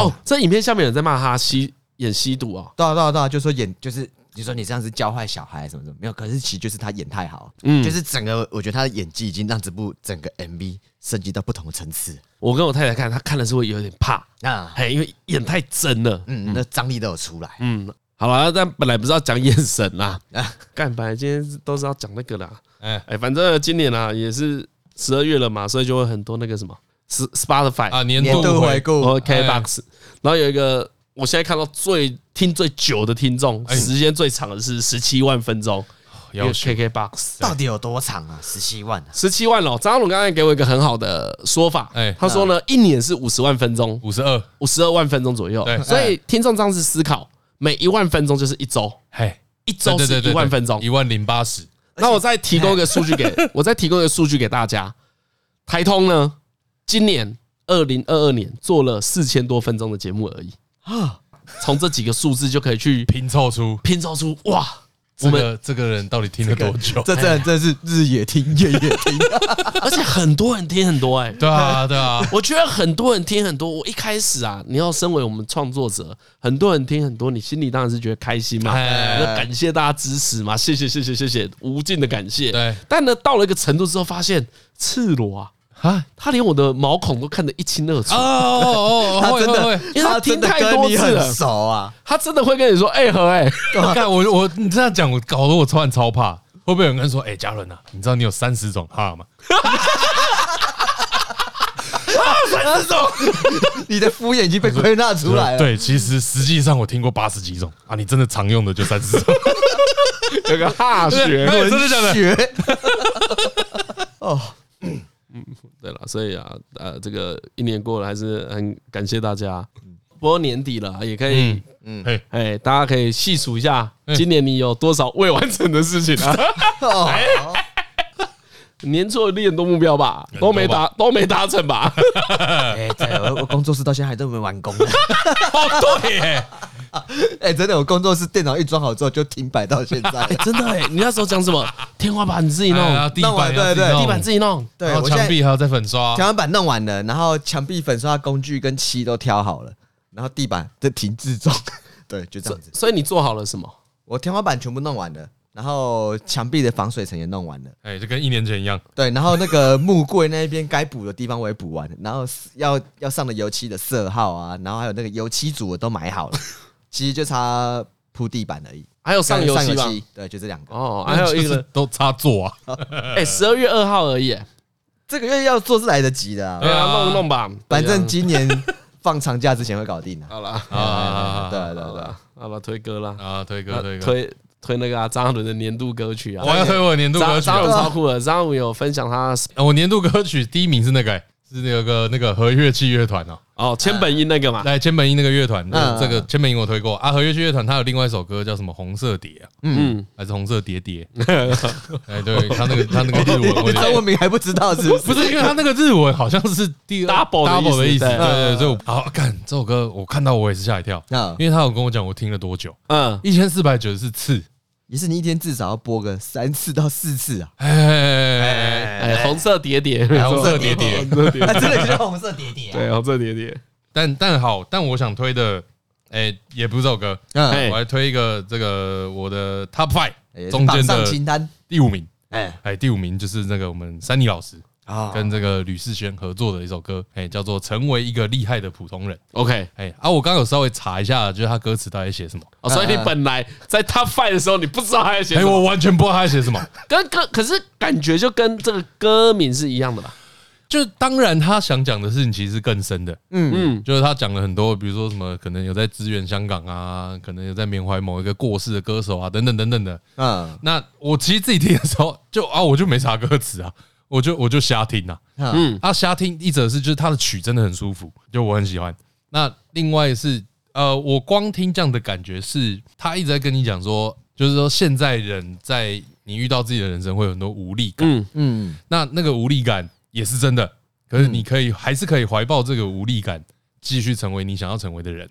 Speaker 1: 哦，这影片下面有人在骂他吸演吸毒啊”，
Speaker 3: 对啊，对啊，对啊，就说演就是你说你这样是教坏小孩什么什么没有，可是其实就是他演太好，
Speaker 1: 嗯
Speaker 3: 就是整个我觉得他的演技已经让这部整个 MV 升级到不同的层次。
Speaker 1: 我跟我太太看，她看的是会有点怕，
Speaker 3: 那
Speaker 1: 哎，因为演太真了，
Speaker 3: 嗯，那张力都有出来。
Speaker 1: 嗯，好了，但本来不是要讲眼神啦
Speaker 3: 啊，
Speaker 1: 干，本来今天都是要讲那个啦，
Speaker 2: 哎
Speaker 1: 哎，反正今年啊也是十二月了嘛，所以就会很多那个什么，S Spotify、
Speaker 2: 啊，哦哎年
Speaker 3: 年度回顾
Speaker 1: 或 KBox，然后有一个我现在看到最听最久的听众，
Speaker 2: 哎
Speaker 1: 时间最长的是十七万分钟，一个
Speaker 2: 要学
Speaker 1: KKBox。
Speaker 3: 到底有多长啊？十七万啊！
Speaker 1: 十七万哦，张龙刚才给我一个很好的说法，
Speaker 2: 哎
Speaker 1: 他说呢，一年是五十万分钟，
Speaker 2: 五十二，
Speaker 1: 五十二万分钟左右
Speaker 2: 对，
Speaker 1: 所以听众这样子思考，每一万分钟就是一周，
Speaker 2: 嘿，
Speaker 1: 一周是一万分钟
Speaker 2: 一。万零八十，
Speaker 1: 那我再提供一个数据给，我再提供一个数据给大家。台通呢，今年二零二二年做了四千多分钟的节目而已
Speaker 3: 啊
Speaker 1: 从这几个数字就可以去
Speaker 2: 拼凑出
Speaker 1: 拼凑出哇，我
Speaker 2: 这
Speaker 1: 们
Speaker 2: 个这个人到底听了多久？
Speaker 3: 这这这是日也听，夜也听。
Speaker 1: 而且很多人听很多哎、
Speaker 2: 对啊，对啊，
Speaker 1: 我觉得很多人听很多。我一开始啊，你要身为我们创作者，很多人听很多，你心里当然是觉得开心嘛，
Speaker 2: 哎
Speaker 1: 那感谢大家支持嘛，谢谢谢谢谢谢，无尽的感谢。
Speaker 2: 对
Speaker 1: 但呢，到了一个程度之后，发现赤裸啊，
Speaker 2: 啊，
Speaker 1: 他连我的毛孔都看得一清二楚。
Speaker 2: 哦哦哦，
Speaker 3: 他
Speaker 2: 会
Speaker 3: 真
Speaker 2: 会
Speaker 3: 的
Speaker 2: 会，
Speaker 1: 因为他听
Speaker 3: 真的
Speaker 1: 太
Speaker 3: 跟
Speaker 1: 多
Speaker 3: 你
Speaker 1: 次了
Speaker 3: 很熟啊。
Speaker 1: 他真的会跟你说：“哎、何哎、
Speaker 2: 看我我你这样讲，我搞得我突然超怕，会不会有人跟说，哎，嘉伦啊，你知道你有三十种哈吗？
Speaker 3: 那种你的敷衍已经被归纳出来了。，
Speaker 2: 对，其实实际上我听过八十几种啊，你真的常用的就三十种，
Speaker 1: 有个哈学
Speaker 2: 对真的假的
Speaker 3: 学哦，
Speaker 1: 对了，所以啊，呃，这个一年过了，还是很感谢大家。不过年底了，也可以，
Speaker 2: 嗯嗯，嘿，
Speaker 1: 哎，大家可以细数一下，今年你有多少未完成的事情啊？
Speaker 3: 哦
Speaker 1: 年初有立很多目标吧，
Speaker 2: 很多
Speaker 1: 都
Speaker 2: 吧
Speaker 1: 没达，都没达成吧？
Speaker 3: 哎，对我我工作室到现在还都没完工呢。
Speaker 2: 哦 对耶，
Speaker 3: 哎，真的，我工作室电脑一装好之后就停摆到现在。
Speaker 1: 真的 哎，你那时候讲什么？天花板你自己弄，
Speaker 2: 哎呀地
Speaker 3: 弄完
Speaker 2: 板要
Speaker 3: 对
Speaker 2: 自己
Speaker 3: 对
Speaker 2: 弄
Speaker 1: 地板自己弄，
Speaker 3: 对，
Speaker 2: 然后
Speaker 3: 我现
Speaker 2: 墙
Speaker 3: 在
Speaker 2: 壁还要再粉刷，
Speaker 3: 天花板弄完了，然后墙壁粉刷工具跟漆都挑好了，然后地板在停滞中。对，就这样子。
Speaker 1: 所以你做好了什么？
Speaker 3: 我天花板全部弄完了，然后墙壁的防水层也弄完了。
Speaker 2: 哎，就跟一年前一样，
Speaker 3: 对，然后那个木柜那边该补的地方我也补完，了，然后要要上的油漆的色号啊，然后还有那个油漆组我都买好了， 其实就差铺地板而已。
Speaker 1: 还有上游戏吧？
Speaker 3: 对，就这两个。
Speaker 1: 哦，还有一
Speaker 2: 就是
Speaker 1: 个，
Speaker 2: 都插座啊，
Speaker 1: 哎，十二月二号而已，哎
Speaker 3: 这个月要做是来得及的啊、
Speaker 1: 对
Speaker 2: 对
Speaker 1: 啊，
Speaker 2: 啊
Speaker 1: 弄弄吧，
Speaker 3: 反
Speaker 1: 对
Speaker 3: 正
Speaker 1: 啊
Speaker 3: 今年放长假之前会搞定的、
Speaker 1: 好了，
Speaker 2: 啊啊 啊
Speaker 3: 对对
Speaker 1: 好
Speaker 3: 对，
Speaker 1: 了，好了，推歌啦，
Speaker 2: 啊，推歌推歌，
Speaker 1: 推推那个啊，张翰伦的年度歌曲啊
Speaker 2: 我。要推我的年度歌
Speaker 1: 张
Speaker 2: 曲
Speaker 1: 张
Speaker 2: 啊。
Speaker 1: 翰伦超酷的，张翰伦有分享他
Speaker 2: 我年度歌曲第一名是那个、欸是那个那个和乐器乐团哦，
Speaker 1: 哦，千本樱那个嘛，
Speaker 2: 来千本樱那个乐团，
Speaker 3: 嗯
Speaker 2: 这个千本樱我推过啊，和乐器乐团它有另外一首歌叫什么红色蝶啊，
Speaker 1: 嗯，
Speaker 2: 还是红色蝶蝶？ 哎，对他那个他那个日 文，我有
Speaker 3: 你
Speaker 2: 点
Speaker 3: 中文名还不知道是不是？
Speaker 2: 不是，因为他那个日文好像是第二
Speaker 1: Double 的意思
Speaker 2: double 的意思，
Speaker 1: 对
Speaker 2: 对对对，所以我好干这首歌，我看到我也是吓一跳，
Speaker 3: 啊，
Speaker 2: 因为他有跟我讲我听了多久，
Speaker 1: 嗯，
Speaker 2: 一千四百九十四次，
Speaker 3: 也是你一天至少要播个三次到四次啊，
Speaker 2: 哎，
Speaker 1: 哎，红色蝶蝶，没错
Speaker 2: 红色叠叠，
Speaker 3: 啊真的就是红色 叠叠 啊。
Speaker 1: 对，红色蝶蝶，
Speaker 2: 但但好，但我想推的，哎，也不是这首歌，
Speaker 1: 哎
Speaker 3: 嗯，
Speaker 2: 我来推一个这个我的 top five
Speaker 3: 也是
Speaker 2: 中
Speaker 3: 哎榜
Speaker 2: 间
Speaker 3: 上
Speaker 2: 的
Speaker 3: 清单，
Speaker 2: 第五名，
Speaker 3: 哎
Speaker 2: 哎，第五名就是那个我们珊妮老师
Speaker 3: 啊，
Speaker 2: 跟这个吕世轩合作的一首歌，哎，叫做《成为一个厉害的普通人》。
Speaker 1: ，OK，
Speaker 2: 哎啊，我刚刚有稍微查一下，就是他歌词到底写什么。
Speaker 1: 哦，所以你本来在 Top Five 的时候，你不知道他在写
Speaker 2: 嗯哎、
Speaker 1: 什
Speaker 2: 我
Speaker 1: 么，
Speaker 2: 完全不知道他在写什么。
Speaker 1: 跟歌可是感觉就跟这个歌名是一样的吧？
Speaker 2: 就当然，他想讲的事情其实是更深的，
Speaker 1: 嗯，
Speaker 2: 就是他讲了很多，比如说什么可能有在支援香港啊，可能有在缅怀某一个过世的歌手啊，等等等等的。
Speaker 3: 嗯
Speaker 2: 那我其实自己听的时候，就啊，我就没查歌词啊，我就我就瞎听啊。
Speaker 3: 嗯
Speaker 2: 啊，瞎听一者是就是他的曲真的很舒服，就我很喜欢。那另外是呃，我光听这样的感觉是，他一直在跟你讲说，就是说现在人在你遇到自己的人生会有很多无力感，
Speaker 1: 嗯
Speaker 3: 嗯，
Speaker 2: 那那个无力感也是真的，可是你可以还是可以怀抱这个无力感，继续成为你想要成为的人。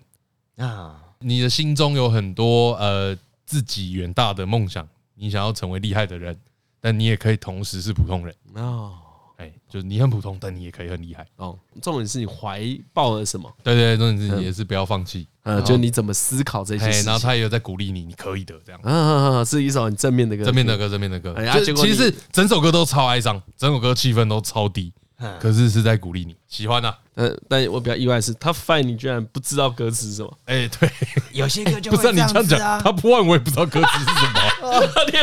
Speaker 3: 啊，
Speaker 2: 你的心中有很多呃自己远大的梦想，你想要成为厉害的人，但你也可以同时是普通人。
Speaker 1: 哦
Speaker 2: 哎，就是你很普通，但你也可以很厉害。
Speaker 1: 哦，重点是你怀抱了什么？
Speaker 2: 对对，对，那你也是不要放弃。
Speaker 1: 呃，就你怎么思考这些
Speaker 2: 哎，
Speaker 1: 事
Speaker 2: 嗯然后
Speaker 1: 情？
Speaker 2: 他也有在鼓励你，你可以的，这样。
Speaker 1: 嗯嗯嗯，是一首很正面的歌，
Speaker 2: 正面的歌，正面的歌
Speaker 1: 哎呀，
Speaker 2: 就
Speaker 1: 结果
Speaker 2: 其
Speaker 1: 你
Speaker 2: 实是整首歌都超哀伤，整首歌气氛都超低，可是是在鼓励你，喜欢啊。
Speaker 1: 呃，但我比较意外的是，Top Five 你居然不知道歌词是什么，
Speaker 2: 哎，对，
Speaker 3: 有些歌就
Speaker 2: 不是、
Speaker 3: 会
Speaker 2: 啊、你这样
Speaker 3: 子
Speaker 2: 讲，
Speaker 3: 啊
Speaker 2: 他，破案我也不知道歌词是什么啊、
Speaker 1: 你也不知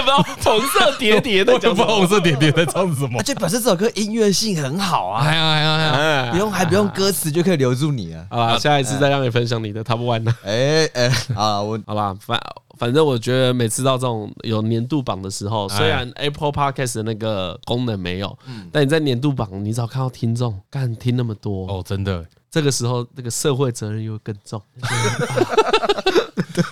Speaker 1: 道红 色叠叠
Speaker 2: 我
Speaker 1: 在
Speaker 2: 也
Speaker 1: 讲
Speaker 2: 不知
Speaker 1: 什
Speaker 2: 道红
Speaker 1: 么。
Speaker 2: 色点点在唱什么
Speaker 3: 啊。 就表示这首歌音乐性很好 啊，
Speaker 2: 哎呀哎呀哎呀！
Speaker 3: 不
Speaker 1: 哎，
Speaker 3: 用还不用歌词就可以留住你啊。
Speaker 1: 好啦，下一次再让你分享你的 Top One 啦。
Speaker 3: 哎哎啊，我
Speaker 1: 好啦，反反正我觉得每次到这种有年度榜的时候，
Speaker 2: 哎
Speaker 1: 虽然 Apple Podcast 的那个功能没有，
Speaker 2: 嗯
Speaker 1: 但你在年度榜，你只要看到听众，干听那么多，
Speaker 2: 哦，真的，
Speaker 1: 这个时候那个社会责任又会更重。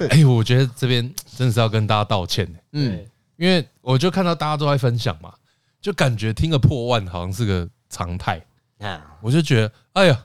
Speaker 2: 哎、我觉得这边真的是要跟大家道歉，欸
Speaker 1: 嗯，
Speaker 2: 因为我就看到大家都在分享嘛，就感觉听个破万好像是个常态，
Speaker 3: 啊，
Speaker 2: 我就觉得，哎呀，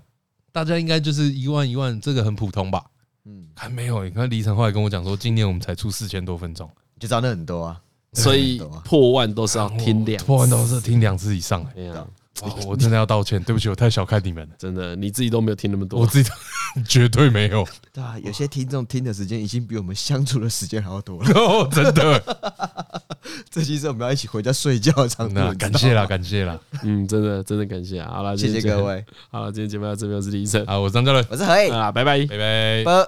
Speaker 2: 大家应该就是一万一万，这个很普通吧？
Speaker 3: 嗯，
Speaker 2: 还没有，你看黎晨后来跟我讲说，今年我们才出四千多分钟，
Speaker 3: 就知道那很多啊。
Speaker 1: 所以破万都是要听两
Speaker 2: 破万都是听两次以上、
Speaker 1: 哎
Speaker 2: 哎
Speaker 1: 呀，
Speaker 2: 哇，我真的要道歉，对不起，我太小看你们了，
Speaker 1: 真的你自己都没有听那么
Speaker 2: 我
Speaker 1: 多。
Speaker 2: 自己 绝对没有。
Speaker 3: 对啊，有些听众听的时间已经比我们相处的时间还要多了。
Speaker 2: 哦，真 的，
Speaker 3: 这期是我们要一起回家睡觉的长
Speaker 2: 那
Speaker 3: 度，
Speaker 2: 感谢啦，感谢啦。
Speaker 1: 嗯，真的真的感谢啊！好了，
Speaker 3: 谢谢各。位，
Speaker 1: 好了，今天节目到这边，我是李医生，
Speaker 2: 啊，我张教练，
Speaker 3: 我是何以
Speaker 1: 好，啦，拜拜。
Speaker 2: 拜拜。
Speaker 3: 拜。